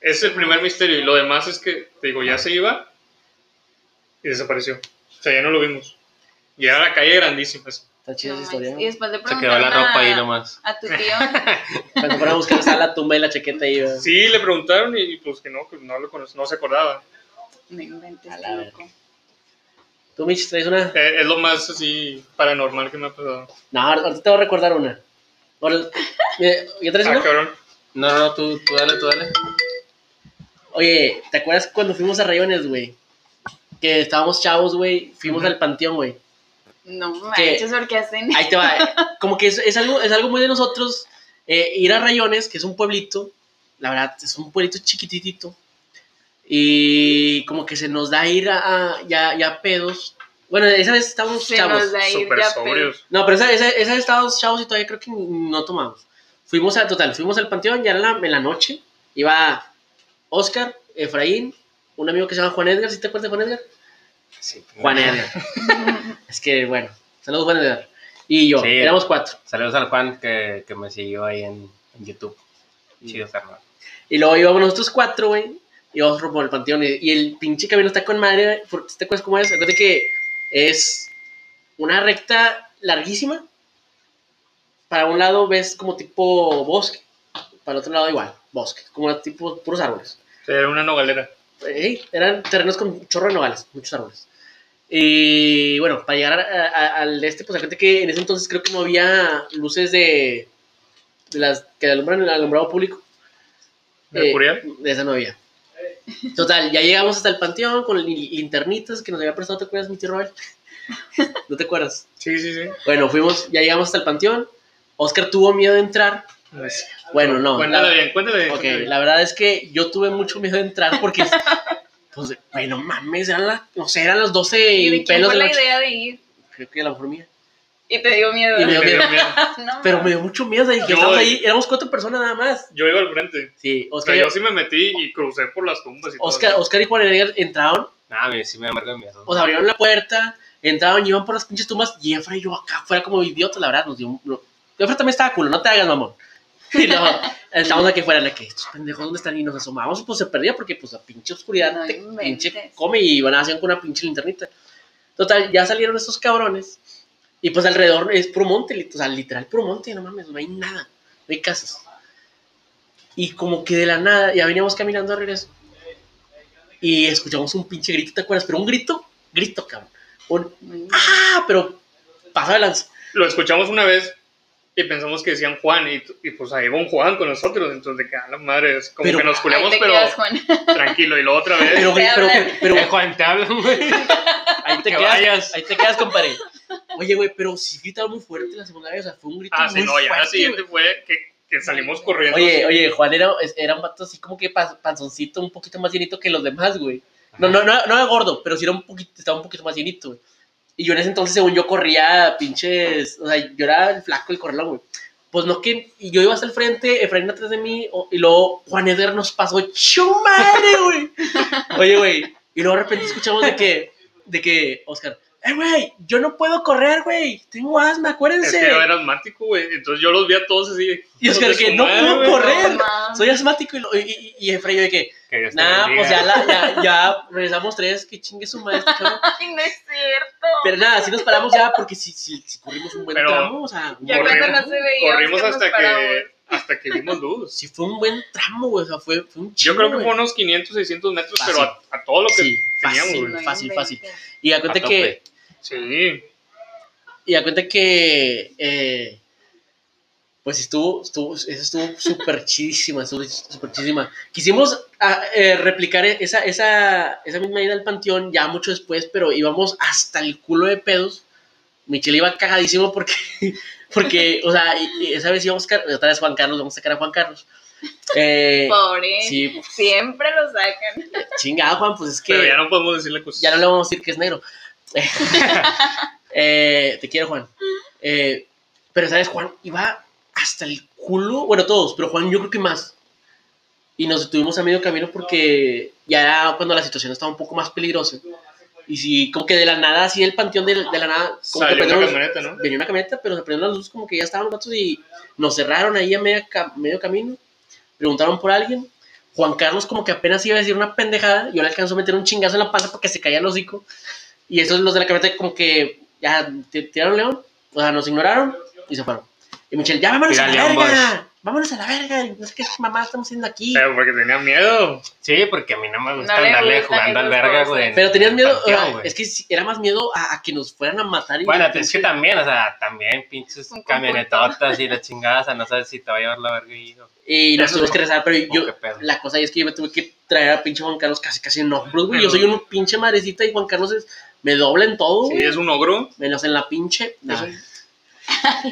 Speaker 4: ese es el primer misterio. Y lo demás es que, te digo, ya se iba y desapareció. O sea, ya no lo vimos. Y era la calle grandísima. así.
Speaker 1: Está chida
Speaker 3: No
Speaker 1: esa historia.
Speaker 3: manches. Y después de
Speaker 2: Se
Speaker 3: preguntar
Speaker 2: quedó la ropa ahí
Speaker 3: a-
Speaker 2: nomás.
Speaker 3: A tu tío,
Speaker 1: Cuando fueron a buscar está la tumba y la chaqueta y yo.
Speaker 4: Sí, le preguntaron y, pues que no, que no, lo conoce, no se acordaba.
Speaker 3: no inventes,
Speaker 1: A
Speaker 3: qué
Speaker 1: la
Speaker 3: loco.
Speaker 1: Tú, Mitch, traes una.
Speaker 4: Eh, es lo más así paranormal que me ha pasado.
Speaker 1: No, ahor- ahorita te voy a recordar una. Ahora- eh, ¿Ya traes
Speaker 4: Ah,
Speaker 1: una?
Speaker 4: cabrón.
Speaker 2: No, no, no, tú, tú dale, tú dale.
Speaker 1: Oye, ¿te acuerdas cuando fuimos a Rayones, güey? Que estábamos chavos, güey. Fuimos
Speaker 4: Ujú.
Speaker 1: al panteón, güey.
Speaker 3: No manches, porque hacen.
Speaker 1: Ahí te va. eh, Como que es, es algo, es algo muy de nosotros. eh, ir a Rayones, que es un pueblito. La verdad, es un pueblito chiquititito. Y como que se nos da ir a, a- ya, ya a pedos. Bueno, esa vez estábamos
Speaker 3: Se
Speaker 1: chavos.
Speaker 3: nos da ir
Speaker 4: Súper
Speaker 3: ya
Speaker 4: sobrios.
Speaker 1: No, pero esa, esa, esa estábamos chavos y todavía creo que no tomamos. Fuimos a, total, fuimos al panteón ya en la, en la noche. Iba Oscar, Efraín, un amigo que se llama Juan Edgar, ¿sí te acuerdas de Juan Edgar?
Speaker 2: Sí,
Speaker 1: Juan Edgar. es que, bueno, saludos Juan Edgar. Y yo,
Speaker 2: Sí.
Speaker 1: éramos cuatro.
Speaker 2: Saludos al Juan que, que me siguió ahí en, en YouTube. Chido, hermano.
Speaker 1: Y luego íbamos nosotros cuatro, güey. Íbamos rumbo al panteón. Y, y el pinche camino está con madre. güey, por- ¿Te acuerdas cómo es? Acuérdate que es una recta larguísima. Para un lado ves como tipo bosque. Para el otro lado igual, bosque. Como tipo puros árboles.
Speaker 4: Era una nogalera.
Speaker 1: Eh, eran terrenos con un chorro de nogales, muchos árboles. Y bueno, para llegar a- a- al este, pues acuérdate que en ese entonces creo que no había luces de, de las que alumbran el alumbrado público.
Speaker 4: ¿De
Speaker 1: Eh,
Speaker 4: Curial?
Speaker 1: De esa no había. Total, ya llegamos hasta el panteón con lin- linternitas que nos había prestado, ¿te acuerdas, mi tío Robert? ¿No te acuerdas?
Speaker 4: Sí, sí, sí.
Speaker 1: Bueno, fuimos, ya llegamos hasta el panteón. Oscar tuvo miedo de entrar. Ah, Bueno, no.
Speaker 4: Cuéntalo
Speaker 1: la-
Speaker 4: Pues, bien, cuéntalo bien.
Speaker 1: Ok,
Speaker 4: cuéntalo bien.
Speaker 1: la verdad es que yo tuve mucho miedo de entrar porque, pues, bueno, mames, eran las, no sé, eran las 12
Speaker 3: ¿Y
Speaker 1: y
Speaker 3: de quién
Speaker 1: pelos
Speaker 3: fue
Speaker 1: de la
Speaker 3: la
Speaker 1: noche.
Speaker 3: idea de ir?
Speaker 1: Creo que a lo mejor mía.
Speaker 3: Y te dio miedo.
Speaker 1: Y me dio
Speaker 4: Me dio miedo.
Speaker 3: No,
Speaker 1: Pero me dio mucho miedo, o sea, y que
Speaker 4: Yo-
Speaker 1: estábamos ahí, éramos cuatro personas nada más.
Speaker 4: Yo iba al frente.
Speaker 1: Sí,
Speaker 4: O sea,
Speaker 1: Oscar,
Speaker 4: yo sí me metí y crucé por las tumbas y todo.
Speaker 1: Oscar, Oscar y Juan Edgar entraron,
Speaker 2: Nada, a mí sí me da marco de miedo.
Speaker 1: o sea, abrieron la puerta, entraron, iban por las pinches tumbas, y Efra y yo acá fuera como idiotas, la verdad, nos dio un... no. Efra también estaba culo, no te hagas, mamón. Y luego, estamos aquí fuera, la que estos pendejos, ¿dónde están? Y nos asomamos, pues se perdía porque, pues, la pinche oscuridad
Speaker 3: No
Speaker 1: te
Speaker 3: inventes.
Speaker 1: pinche come y van a hacer con una pinche linternita. Total, ya salieron estos cabrones, y pues alrededor es puro monte, lit- o sea, literal puro monte, no mames, no hay nada, no hay casas. Y como que de la nada, ya veníamos caminando a regreso, y escuchamos un pinche grito, ¿te acuerdas? Pero un grito, grito, cabrón. Un,
Speaker 3: Muy bien.
Speaker 1: ¡ah! Pero pasaba de lanza.
Speaker 4: Lo escuchamos una vez y pensamos que decían Juan y, y pues ahí va un Juan con nosotros. Entonces, de que a la madre, es como
Speaker 1: Pero-
Speaker 4: que nos
Speaker 3: Ahí
Speaker 4: culeamos,
Speaker 3: te
Speaker 4: pero
Speaker 3: quedas, Juan.
Speaker 4: tranquilo. Y luego otra vez.
Speaker 1: Pero,
Speaker 3: Te
Speaker 1: gri- pero,
Speaker 3: hablan.
Speaker 1: pero,
Speaker 2: Eh, Juan, te hablan, güey.
Speaker 1: ahí te
Speaker 2: que
Speaker 1: quedas,
Speaker 2: vayas.
Speaker 1: ahí te quedas, compadre. Oye, güey, pero sí gritaron muy fuerte la segunda vez, o sea, fue un grito
Speaker 4: ah,
Speaker 1: muy
Speaker 4: sí, no, ya la
Speaker 1: fuerte,
Speaker 4: siguiente fue que, que salimos corriendo.
Speaker 1: güey. Oye, oye, Juan era, es- era un vato así como que pa- panzoncito, un poquito más llenito que los demás, güey. No, no, no, no era gordo, pero sí era un poquito, estaba un poquito más llenito, güey. Y yo en ese entonces, según yo, corría pinches, o sea, yo era el flaco, el corralón, güey. Pues no que, y yo iba hasta el frente, Efraín atrás de mí, o- y luego Juan Edgar nos pasó, ¡chumare, güey! Oye, güey, y luego de repente escuchamos de que, de que, Oscar, ¡eh, güey! Yo no puedo correr, güey, tengo asma,
Speaker 4: Es
Speaker 1: acuérdense.
Speaker 4: que yo era asmático, güey. Entonces yo los vi a todos así.
Speaker 1: Y Oscar,
Speaker 4: hijos de
Speaker 1: que
Speaker 4: su
Speaker 1: no
Speaker 4: madre,
Speaker 1: puedo
Speaker 4: güey.
Speaker 1: correr.
Speaker 3: No mames.
Speaker 1: Soy asmático y, lo- y, y, y Efraín, yo de que,
Speaker 2: Que Dios te
Speaker 1: nah,
Speaker 2: bendiga.
Speaker 1: pues ya, la, ya, ya regresamos tres, que chingue su madre este cabrón.
Speaker 3: Ay, no es cierto.
Speaker 1: Pero nada, si nos paramos ya, porque si, si, si corrimos un buen
Speaker 4: Pero-
Speaker 1: tramo, o sea, un
Speaker 3: ya
Speaker 1: buen
Speaker 4: corrimos-
Speaker 3: cuando
Speaker 1: tramo.
Speaker 3: no se veía.
Speaker 4: Corrimos
Speaker 3: Oscar, nos
Speaker 4: hasta
Speaker 3: paramos.
Speaker 4: que, hasta que vimos luz.
Speaker 1: Sí, fue un buen tramo, güey, o sea, fue, fue un
Speaker 4: Yo
Speaker 1: chingo,
Speaker 4: creo que
Speaker 1: güey.
Speaker 4: fue unos 500, 600 metros,
Speaker 1: Fácil.
Speaker 4: pero a, a todo lo que
Speaker 1: Sí,
Speaker 4: teníamos,
Speaker 1: fácil,
Speaker 4: güey.
Speaker 3: No
Speaker 1: fácil, fácil.
Speaker 3: inventes.
Speaker 1: Y da cuenta
Speaker 2: A
Speaker 1: que,
Speaker 2: tope.
Speaker 4: Sí.
Speaker 1: y da cuenta que, eh, pues estuvo, estuvo, eso estuvo súper chidísima, estuvo súper chidísima. Quisimos ah, eh, replicar esa, esa, esa misma ida al panteón ya mucho después, pero íbamos hasta el culo de pedos. Michelle iba cagadísimo porque, porque o sea, y- y esa vez íbamos, car- otra vez Juan Carlos, vamos a sacar a Juan Carlos. Eh,
Speaker 3: Pobre.
Speaker 1: sí,
Speaker 3: Siempre lo sacan.
Speaker 1: Chingada, Juan, pues es que
Speaker 4: Pero ya no podemos decirle cosas.
Speaker 1: ya no le vamos a decir que es negro. Eh, te quiero, Juan. Eh, pero, ¿sabes? Juan iba hasta el culo. Bueno, todos, pero Juan yo creo que más. Y nos detuvimos a medio camino porque ya era cuando la situación estaba un poco más peligrosa. Y si, como que de la nada, así el panteón de, de la nada. Como que
Speaker 4: Salió la
Speaker 1: prendieron-
Speaker 4: camioneta, ¿no?
Speaker 1: venía una camioneta, pero se prendieron las luces como que ya estaban los vatos y nos cerraron ahí a media ca- medio camino. Preguntaron por alguien. Juan Carlos como que apenas iba a decir una pendejada. Yo le alcanzó a meter un chingazo en la panza para que se caía el hocico. Y esos los de la camioneta como que ya te- tiraron león. O sea, nos ignoraron y se fueron. Y Michelle, ya vámonos
Speaker 2: Tira
Speaker 1: a la
Speaker 2: león,
Speaker 1: verga. Vámonos a la verga. No sé qué mamá estamos haciendo aquí.
Speaker 4: Pero porque tenía miedo.
Speaker 2: Sí, porque a mí no me gusta
Speaker 3: No le
Speaker 2: andarle
Speaker 3: gusta
Speaker 2: jugando
Speaker 3: que
Speaker 2: al
Speaker 3: nos
Speaker 2: verga,
Speaker 3: forcen.
Speaker 2: güey. en
Speaker 1: Pero tenías
Speaker 2: el
Speaker 1: miedo, o
Speaker 2: panteón,
Speaker 1: sea,
Speaker 2: güey.
Speaker 1: es que sí, era más miedo a, a que nos fueran a matar. y-
Speaker 2: Bueno, es que también, o sea, también pinches
Speaker 3: Un
Speaker 2: camionetotas y las chingadas, o sea, no sabes si te va a llevar la verga y o
Speaker 1: Y nos
Speaker 4: Eso
Speaker 1: tuvimos que rezar, pero
Speaker 2: o
Speaker 1: yo,
Speaker 2: qué pedo.
Speaker 1: la cosa es que yo me tuve que traer a pinche Juan Carlos casi, casi en hombros, güey. Yo soy un pinche madrecita y Juan Carlos es- me dobla en todo,
Speaker 4: Sí,
Speaker 1: güey.
Speaker 4: es Ah, un ogro.
Speaker 1: Menos en la pinche. Nah.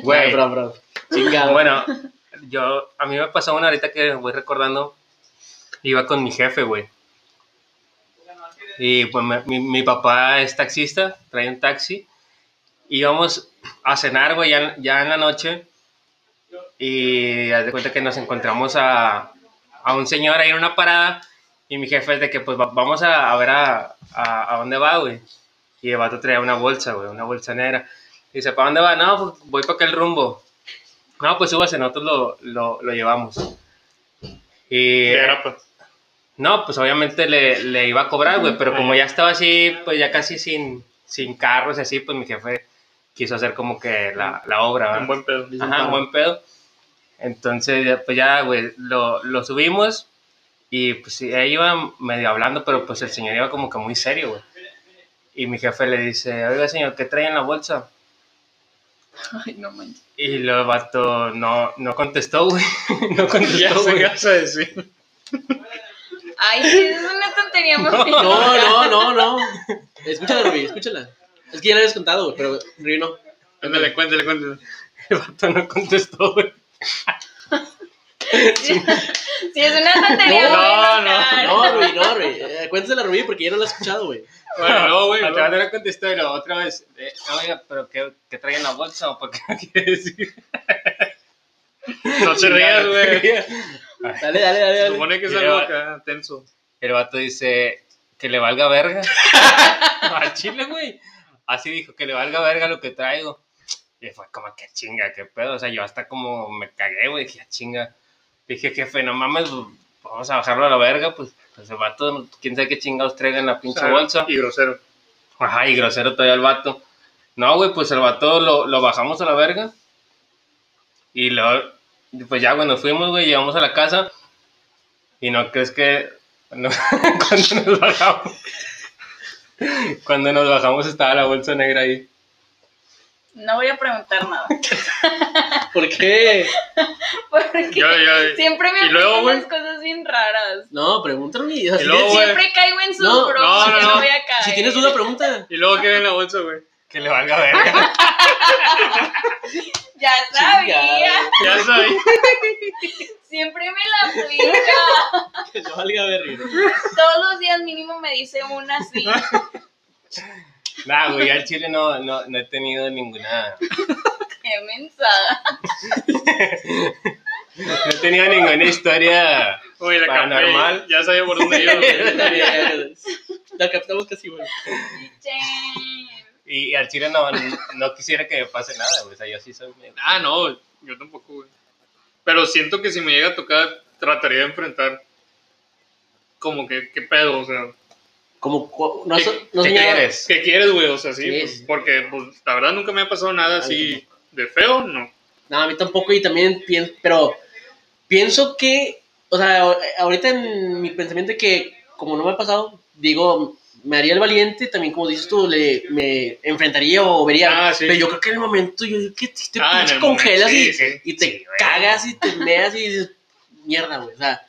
Speaker 2: Güey,
Speaker 1: Nah, bro, bro. Chingado.
Speaker 2: bueno, yo, a mí me pasó una ahorita que voy recordando, iba con mi jefe, güey. Y pues me- mi, mi papá es taxista, trae un taxi. Íbamos a cenar, güey, ya, ya en la noche. Y haz de cuenta que nos encontramos a, a un señor ahí en una parada. Y mi jefe es de que, pues va- vamos a, a ver a, a, a dónde va, güey. Y el vato traía una bolsa, güey, una bolsa negra. Y dice, ¿para dónde va? No, pues voy para aquel rumbo. No, pues súbase, nosotros lo, lo, lo llevamos. Y
Speaker 4: De grapa.
Speaker 2: no, pues obviamente le, le iba a cobrar, güey, pero como ya estaba así, pues ya casi sin, sin carros y así, pues mi jefe quiso hacer como que la, la obra,
Speaker 4: Un
Speaker 2: ¿verdad?
Speaker 4: buen pedo.
Speaker 2: Ajá, un buen pedo. Entonces, ya, pues ya, güey, lo, lo subimos y pues sí, ahí iba medio hablando, pero pues el señor iba como que muy serio, güey. Y mi jefe le dice, oiga, señor, ¿qué trae en la bolsa?
Speaker 3: Ay, no manches.
Speaker 2: Y el vato no, no contestó, güey. No
Speaker 4: Ya
Speaker 2: contestó,
Speaker 4: sé
Speaker 2: güey.
Speaker 4: qué vas a decir.
Speaker 3: Ay, es una tontería muy
Speaker 1: No, no, no, no. Escúchala, Rubí, escúchala. Es que ya la habías contado, güey, pero Rubí no.
Speaker 4: Ándale, cuéntale, cuéntale.
Speaker 2: El vato no contestó, güey.
Speaker 3: Si es una tontería,
Speaker 4: No,
Speaker 3: voy a
Speaker 4: no,
Speaker 3: enojar.
Speaker 1: No, Rubí, no, Rubí. Eh, Cuéntasela a Rubí porque yo no la he escuchado, güey.
Speaker 4: Bueno, no, güey.
Speaker 2: El
Speaker 4: no.
Speaker 2: vato no contestó y lo otra vez. eh, Oiga, pero ¿qué, qué trae en la bolsa o por qué no quiere decir?
Speaker 4: No se rías, güey.
Speaker 1: Dale, dale, dale.
Speaker 4: Se
Speaker 1: dale.
Speaker 4: supone que es
Speaker 2: Mira,
Speaker 4: algo
Speaker 2: va.
Speaker 4: acá tenso.
Speaker 2: El vato dice que le valga verga. Al chile, güey. Así dijo, que le valga verga lo que traigo. Y fue como que chinga, qué pedo. O sea, yo hasta como me cagué, güey. Dije, "Ah, chinga. Dije, jefe, no mames, pues, vamos a bajarlo a la verga. Pues, pues el vato, quién sabe qué chingados traiga en la pinche bolsa.
Speaker 4: Y grosero.
Speaker 2: Ajá, y grosero todavía el vato. No, güey, pues el vato lo, lo bajamos a la verga. Y luego, pues ya, güey, nos fuimos, güey, llegamos a la casa. Y no crees que. no, cuando nos bajamos. cuando nos bajamos estaba la bolsa negra ahí.
Speaker 3: No voy a preguntar nada.
Speaker 1: ¿Por qué?
Speaker 3: Porque
Speaker 4: Yo, yo,
Speaker 3: siempre me
Speaker 4: Y luego,
Speaker 3: aplican
Speaker 4: güey.
Speaker 3: las cosas bien raras.
Speaker 1: No, pregúntale. o sea,
Speaker 4: Y
Speaker 1: si,
Speaker 4: luego,
Speaker 1: tienes-
Speaker 4: Oh, güey,
Speaker 3: Siempre caigo en sus
Speaker 1: No,
Speaker 3: bromas,
Speaker 4: no, no,
Speaker 3: yo
Speaker 4: no.
Speaker 3: voy a caer.
Speaker 1: si tienes
Speaker 4: pues,
Speaker 1: duda, pregunta.
Speaker 4: ¿Y luego qué hay en la bolsa, güey?
Speaker 2: Que le valga verga.
Speaker 3: Ya sabía.
Speaker 1: Chingada.
Speaker 4: Ya sabes.
Speaker 3: Siempre me la aplica.
Speaker 1: Que no valga verga.
Speaker 3: Todos los días mínimo me dice una así.
Speaker 2: nah, güey, al chile no, no, no he tenido ninguna.
Speaker 3: Qué mensaje.
Speaker 2: No he tenido ninguna historia.
Speaker 4: Oye, la
Speaker 2: Paranormal.
Speaker 4: normal. Ya sabía por dónde iba. güey.
Speaker 1: La captamos casi, güey.
Speaker 2: Y, y al chile no, no quisiera que me pase nada, güey. O sea, yo sí soy. medio-
Speaker 4: Ah, no, yo tampoco, güey. Pero siento que si me llega a tocar, trataría de enfrentar. Como que, ¿qué pedo? O sea,
Speaker 1: Como, cu- no,
Speaker 4: ¿Qué-
Speaker 1: so- no
Speaker 2: ¿Qué
Speaker 1: soñaba-
Speaker 2: quieres?
Speaker 4: ¿qué quieres, güey? O sea, sí.
Speaker 1: Sí,
Speaker 4: pues,
Speaker 1: sí.
Speaker 4: porque, pues, la verdad nunca me ha pasado nada así de feo, no.
Speaker 1: No, a mí tampoco, y también pienso, pero pienso que, o sea, a- ahorita en mi pensamiento de que, como no me ha pasado, digo, me haría el valiente, también como dices tú, le, me enfrentaría o vería.
Speaker 4: Ah, sí.
Speaker 1: Pero yo creo que en el momento, yo digo que si te
Speaker 4: Ah, en
Speaker 1: pinches
Speaker 4: el
Speaker 1: congelas
Speaker 4: momento,
Speaker 1: y,
Speaker 4: sí, sí.
Speaker 1: y te
Speaker 2: Sí, güey.
Speaker 1: cagas y te meas y dices, mierda, güey, o sea,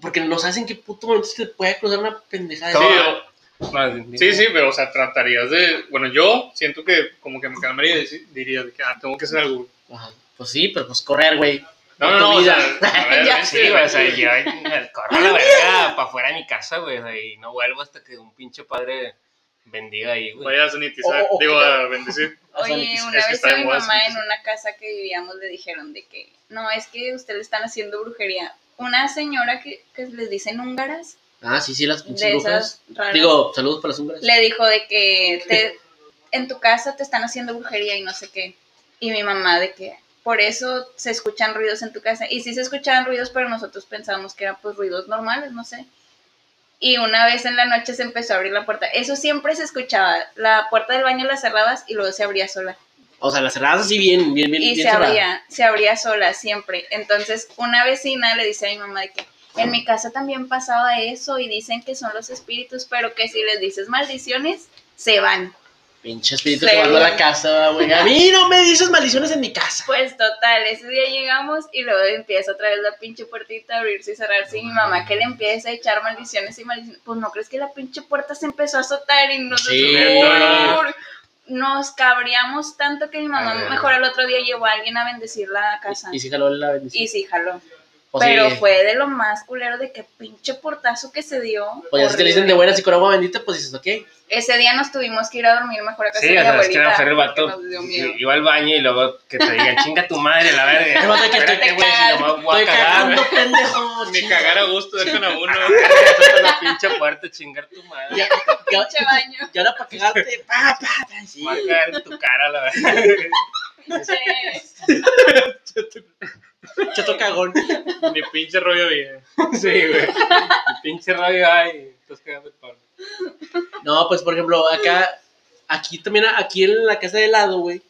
Speaker 1: porque no sabes en qué puto momento se te puede cruzar una pendejada.
Speaker 4: Sí,
Speaker 2: ¿Cómo?
Speaker 1: de-
Speaker 4: o-
Speaker 2: Más, dime.
Speaker 4: Sí, sí, pero, o sea, tratarías de. Bueno, yo siento que, como que me calmaría y deci- diría de que, ah, tengo que hacer algo.
Speaker 1: Ajá, Pues sí, pero pues correr, güey.
Speaker 4: No,
Speaker 1: por
Speaker 4: no,
Speaker 1: tu
Speaker 4: no, o
Speaker 1: vida.
Speaker 4: sea, a ver,
Speaker 3: Ya
Speaker 4: vente,
Speaker 2: Sí, güey, o sea,
Speaker 4: vente.
Speaker 2: yo me corro a la verga para afuera de mi casa, güey, o sea, y no vuelvo hasta que un pinche padre bendiga ahí, güey.
Speaker 4: Vaya a sanitizar,
Speaker 1: O- o-
Speaker 4: digo, a bendecir.
Speaker 3: Oye,
Speaker 4: Ah, que
Speaker 3: una vez
Speaker 4: está
Speaker 3: a
Speaker 4: de
Speaker 3: mi
Speaker 4: moda,
Speaker 3: mamá
Speaker 4: sí,
Speaker 3: en
Speaker 4: sí.
Speaker 3: una casa que vivíamos le dijeron de que, no, es que ustedes le están haciendo brujería. Una señora que, que les dicen húngaras,
Speaker 1: Ah, sí, sí, las pinches
Speaker 3: de
Speaker 1: brujas.
Speaker 3: esas raras,
Speaker 1: Digo, saludos para las húngaras.
Speaker 3: le dijo de que te- en tu casa te están haciendo brujería y no sé qué. Y mi mamá de que por eso se escuchan ruidos en tu casa. Y sí se escuchaban ruidos, pero nosotros pensábamos que eran pues ruidos normales, no sé. Y una vez en la noche se empezó a abrir la puerta. Eso siempre se escuchaba. La puerta del baño la cerrabas y luego se abría sola.
Speaker 1: O sea, las cerradas así bien, bien, bien,
Speaker 3: y
Speaker 1: bien
Speaker 3: se
Speaker 1: cerradas.
Speaker 3: abría, se abría sola siempre. Entonces, una vecina le dice a mi mamá de que en mi casa también pasaba eso y dicen que son los espíritus, pero que si les dices maldiciones, se van.
Speaker 1: Pinche espíritu
Speaker 3: Sí.
Speaker 1: llevando a la casa, güey. A mí no me dices maldiciones en mi casa.
Speaker 3: Pues total, ese día llegamos y luego empieza otra vez la pinche puertita a abrirse y cerrarse y mi mamá que le empieza a echar maldiciones y maldiciones. Pues no crees que la pinche puerta se empezó a azotar y nosotros
Speaker 1: Sí.
Speaker 3: ¡Uy! nos cabreamos tanto que mi mamá
Speaker 2: Ay.
Speaker 3: mejor al otro día llevó a alguien a bendecir la casa.
Speaker 1: Y, y sí jaló la bendición.
Speaker 3: Y sí, jaló.
Speaker 1: O sea,
Speaker 3: Pero fue de lo más culero de que pinche portazo que se dio.
Speaker 1: Pues ya si te le dicen de buenas y con agua bendita, pues dices, ok.
Speaker 3: Ese día nos tuvimos que ir a dormir mejor a casa
Speaker 2: Sí, o
Speaker 3: de mi
Speaker 2: sea, es que a
Speaker 3: abuelita.
Speaker 2: lo mejor el
Speaker 3: porque
Speaker 2: vato
Speaker 3: nos dio miedo.
Speaker 2: iba al baño y luego que te digan, chinga tu madre, la verga.
Speaker 1: El vato que
Speaker 2: Espérate,
Speaker 1: estoy
Speaker 2: güey, si no me voy a
Speaker 1: Estoy
Speaker 2: cagar,
Speaker 1: cagando,
Speaker 2: güey.
Speaker 1: pendejo.
Speaker 4: Ni
Speaker 1: chinga.
Speaker 4: cagar a gusto, dejan a uno.
Speaker 2: Eso es la pinche puerta, chingar tu
Speaker 1: Y,
Speaker 2: madre.
Speaker 1: a- y a-
Speaker 3: Pinche baño.
Speaker 1: y ahora para cagarte, pa, pa, pa, sí.
Speaker 2: Me va a caer en tu cara, la verga.
Speaker 3: Pinche-
Speaker 1: Chato cagón.
Speaker 4: Ni pinche rollo bien.
Speaker 2: Sí, güey. El pinche radio, ay, estás cagando el palo.
Speaker 1: No, pues por ejemplo, acá, aquí también, aquí en la casa de helado, güey,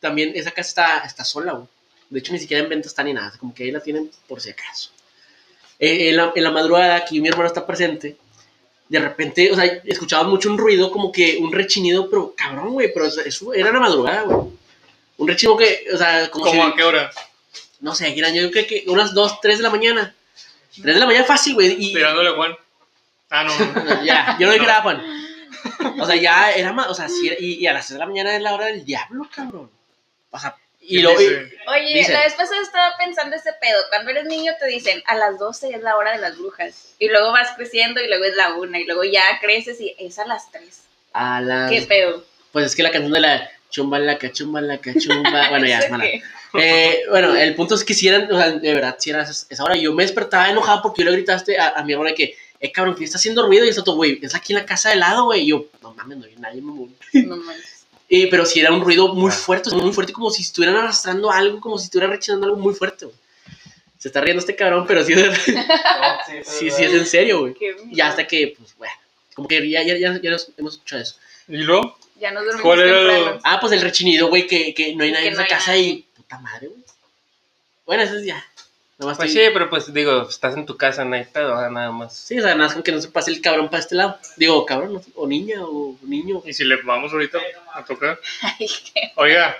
Speaker 1: también esa casa está, está sola, güey. De hecho, ni siquiera en venta está ni nada, como que ahí la tienen por si acaso. Eh, en, la, en la madrugada, aquí mi hermano está presente, de repente, o sea, escuchaba mucho un ruido, como que un rechinido, pero cabrón, güey, pero eso- eso era la madrugada, güey. Un rechinido que, o sea, como,
Speaker 4: ¿Cómo
Speaker 1: si-
Speaker 4: a qué hora?
Speaker 1: no sé, eran yo creo que unas 2, 3 de la mañana. 3 de la mañana fácil, güey, y,
Speaker 4: Tirándole a Juan. Ah, no. no.
Speaker 1: ya, yo no dije nada, Juan. O sea, ya era más, o sea, sí era- y, y a las 3 de la mañana es la hora del diablo, cabrón. O sea, Y luego, y-
Speaker 4: Dice,
Speaker 3: Oye,
Speaker 1: Dicen.
Speaker 3: la vez pasada estaba pensando ese pedo. Cuando eres niño te dicen a las 12 es la hora de las brujas. Y luego vas creciendo y luego es la 1. Y luego ya creces y es a las 3.
Speaker 1: a las-
Speaker 3: ¿Qué pedo?
Speaker 1: Pues es que la canción de la chumba, la cachumba, la cachumba. Bueno, ya,
Speaker 3: ¿Eso
Speaker 1: mala.
Speaker 3: qué?
Speaker 1: Eh, bueno, el punto es que si eran, o sea, de verdad, si eran esa hora. Yo me despertaba enojado porque yo le gritaste a, a mi hermana que, eh, cabrón, que está haciendo ruido y está todo, güey, es aquí en la casa de lado, güey. Y yo, no mames, no hay nadie, mamón.
Speaker 3: No manches.
Speaker 1: Eh, pero si era un ruido muy
Speaker 2: Ah.
Speaker 1: fuerte, o sea, muy fuerte, como si estuvieran arrastrando algo, como si estuvieran rechinando algo muy fuerte, güey. Se está riendo este cabrón, pero sí, sí, sí es en serio, güey.
Speaker 3: Qué
Speaker 1: Y
Speaker 3: miedo.
Speaker 1: hasta que, pues, bueno, como que ya, ya, ya, ya nos- hemos escuchado eso.
Speaker 4: ¿Y luego?
Speaker 3: Ya nos dormimos
Speaker 4: ¿Cuál era
Speaker 3: temprano.
Speaker 4: lo-
Speaker 1: Ah, pues el rechinido, güey, que, que no hay
Speaker 3: Y
Speaker 1: nadie
Speaker 3: que
Speaker 1: en
Speaker 3: no
Speaker 1: la
Speaker 3: hay
Speaker 1: casa
Speaker 3: nadie.
Speaker 1: y puta madre, güey. Bueno, eso es ya. Nomás
Speaker 2: Pues sí,
Speaker 1: estoy-
Speaker 2: pero pues digo, estás en tu casa, no hay pedo, ah, nada más.
Speaker 1: Sí, o sea, nada más con que no se pase el cabrón para este lado. Digo, cabrón, no sé, o niña, o niño.
Speaker 4: ¿Y si le vamos ahorita a tocar?
Speaker 3: Ay, qué-
Speaker 4: Oiga,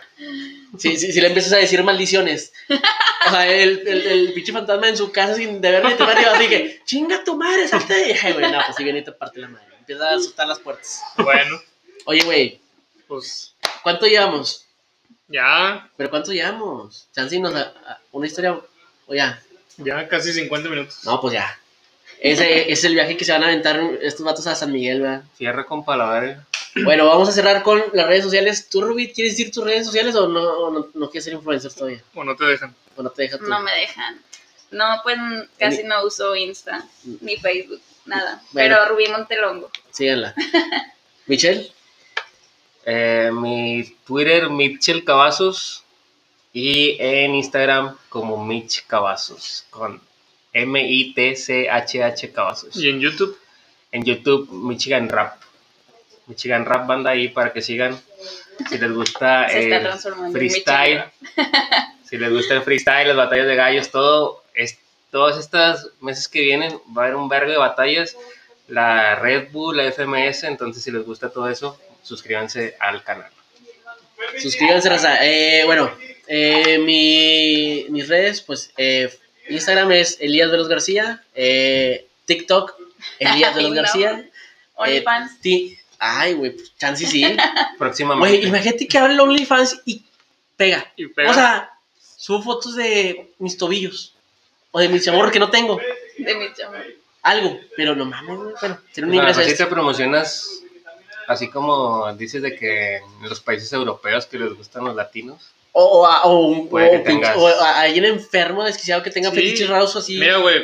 Speaker 1: Si, si, si le empiezas a decir maldiciones. O sea, el, el, el pinche fantasma en su casa sin deber ni temer, y va así que, chinga tu madre, salte de ahí". Ay, güey, no, pues si viene y te parte la madre. Empieza a azotar las puertas.
Speaker 4: bueno,
Speaker 1: Oye, güey,
Speaker 4: pues
Speaker 1: ¿cuánto llevamos?
Speaker 4: ya,
Speaker 1: ¿Pero cuánto llevamos? Chansi nos da a- una historia, o ya.
Speaker 4: ya casi 50 minutos.
Speaker 1: No, pues ya. Ese es el viaje que se van a aventar estos vatos a San Miguel, ¿verdad?
Speaker 2: Cierra con palabras.
Speaker 1: Bueno, vamos a cerrar con las redes sociales. ¿Tú, Rubí, quieres decir tus redes sociales o no, o no, no quieres ser influencer todavía?
Speaker 4: ¿O no te dejan?
Speaker 1: ¿O no te deja tú?
Speaker 3: no me dejan. No, pues casi no uso Insta ni Facebook, nada.
Speaker 1: Bueno.
Speaker 3: Pero Rubí Montelongo.
Speaker 1: Síganla. Michelle,
Speaker 2: Eh, mi Twitter, Mitchell Cavazos. Y en Instagram, como Mitch Cavazos. Con M-I-T-C-H-H Cavazos.
Speaker 4: ¿Y en YouTube?
Speaker 2: En YouTube, Michigan Rap. Michigan Rap banda ahí para que sigan. Si les gusta
Speaker 3: Se
Speaker 1: Eh,
Speaker 3: está
Speaker 2: el
Speaker 3: transformando en
Speaker 2: freestyle.
Speaker 3: Michigan
Speaker 2: Si les gusta el freestyle, las batallas de gallos, todo. Es, todas estas meses que vienen va a haber un vergo de batallas. La Red Bull, la FMS. Entonces, si les gusta todo eso, suscríbanse al canal.
Speaker 1: suscríbanse, raza. Eh, bueno, eh, mi- mis redes, pues, eh, Instagram es Elías Veloz García, eh, TikTok, Elías Veloz
Speaker 3: No.
Speaker 1: García. eh,
Speaker 3: OnlyFans.
Speaker 1: ti- Ay, güey, pues, chance y sí.
Speaker 2: Próximamente.
Speaker 1: Güey, imagínate que abre el OnlyFans y pega.
Speaker 4: Y pega.
Speaker 1: O sea, subo fotos de mis tobillos. O de mis chamorros que no tengo.
Speaker 3: de mi chamo.
Speaker 1: Algo. Pero no mames, güey. Bueno, tiene un
Speaker 2: O
Speaker 1: ingreso.
Speaker 2: sea,
Speaker 4: pues,
Speaker 2: así
Speaker 1: extra.
Speaker 2: te promocionas, así como dices de que en los países europeos que les gustan los latinos.
Speaker 1: O, o a, o un-
Speaker 2: Puede que
Speaker 1: o pinche-
Speaker 2: tengas-
Speaker 1: o a alguien enfermo, desquiciado, que tenga
Speaker 4: Sí.
Speaker 1: fetiches raros o así.
Speaker 4: Mira, güey,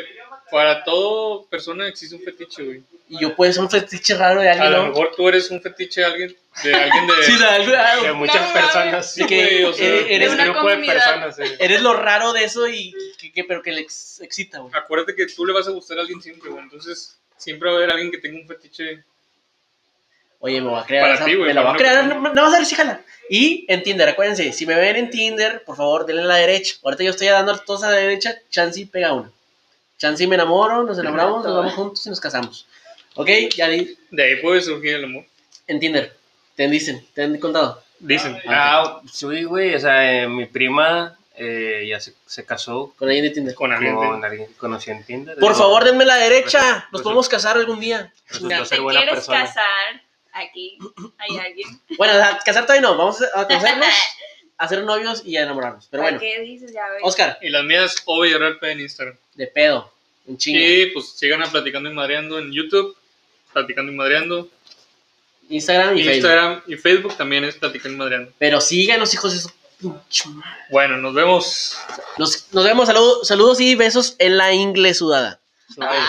Speaker 4: para todo persona existe un fetiche, güey.
Speaker 1: Y yo puedo ser un fetiche raro de
Speaker 4: A
Speaker 1: alguien,
Speaker 4: lo
Speaker 1: ¿no?
Speaker 4: mejor tú eres un fetiche de alguien, de alguien de...
Speaker 1: Sí, de algo- algo.
Speaker 2: De muchas
Speaker 3: no,
Speaker 2: personas,
Speaker 1: de
Speaker 4: sí,
Speaker 2: sí,
Speaker 1: que
Speaker 4: güey, o sea,
Speaker 1: eres, eres-
Speaker 2: un
Speaker 3: una
Speaker 2: grupo de
Speaker 3: comunidad.
Speaker 2: personas.
Speaker 4: eh.
Speaker 2: sí.
Speaker 1: eres lo raro de eso y que, que- pero que le ex- excita, güey.
Speaker 4: Acuérdate que tú le vas a gustar a alguien siempre, güey. Entonces, siempre va a haber alguien que tenga un fetiche.
Speaker 1: Oye, me voy a crear
Speaker 4: Para
Speaker 1: esa-
Speaker 4: ti, güey,
Speaker 1: me la voy a
Speaker 4: para
Speaker 1: crear,
Speaker 4: una
Speaker 1: no, no vas a ver si jala. Y en Tinder, acuérdense, si me ven en Tinder, por favor, denle a la derecha. Ahorita yo estoy dando todos a la derecha, Chansey pega una. Chansey me enamoro, nos enamoramos, nos vamos juntos y nos casamos. ¿Ok? Ya di,
Speaker 4: De ahí puede surgir el amor.
Speaker 1: en Tinder, te dicen, te han contado.
Speaker 4: Dicen.
Speaker 2: Ah, sí, güey, o sea, eh, mi prima eh, ya se, se casó
Speaker 1: Con alguien de Tinder.
Speaker 4: Con alguien. de-
Speaker 2: con alguien que conoció en Tinder.
Speaker 1: Por
Speaker 2: Digo,
Speaker 1: favor, denme la derecha, nos
Speaker 2: Pues-
Speaker 1: podemos casar algún día.
Speaker 2: pues-
Speaker 1: Chinga.
Speaker 2: pues-
Speaker 3: ¿Te
Speaker 2: ser buena
Speaker 3: quieres
Speaker 2: persona.
Speaker 3: casar? Aquí hay alguien.
Speaker 1: Bueno, a casar todavía no, vamos a conocernos, a ser novios y a enamorarnos. Pero bueno,
Speaker 3: ¿Para ¿Qué dices? Ya ves.
Speaker 1: Oscar,
Speaker 4: Y las mías, O Villarreal P en Instagram.
Speaker 1: de pedo, un chingo.
Speaker 4: Y pues sigan a Platicando y Madreando en YouTube. Platicando y Madreando.
Speaker 1: Instagram y Facebook.
Speaker 4: Instagram y Facebook también es Platicando y Madreando.
Speaker 1: Pero síganos, hijos de su pinche madre.
Speaker 4: Bueno, nos vemos.
Speaker 1: Nos, nos vemos, saludos, saludos y besos en la ingle sudada.
Speaker 4: Bye.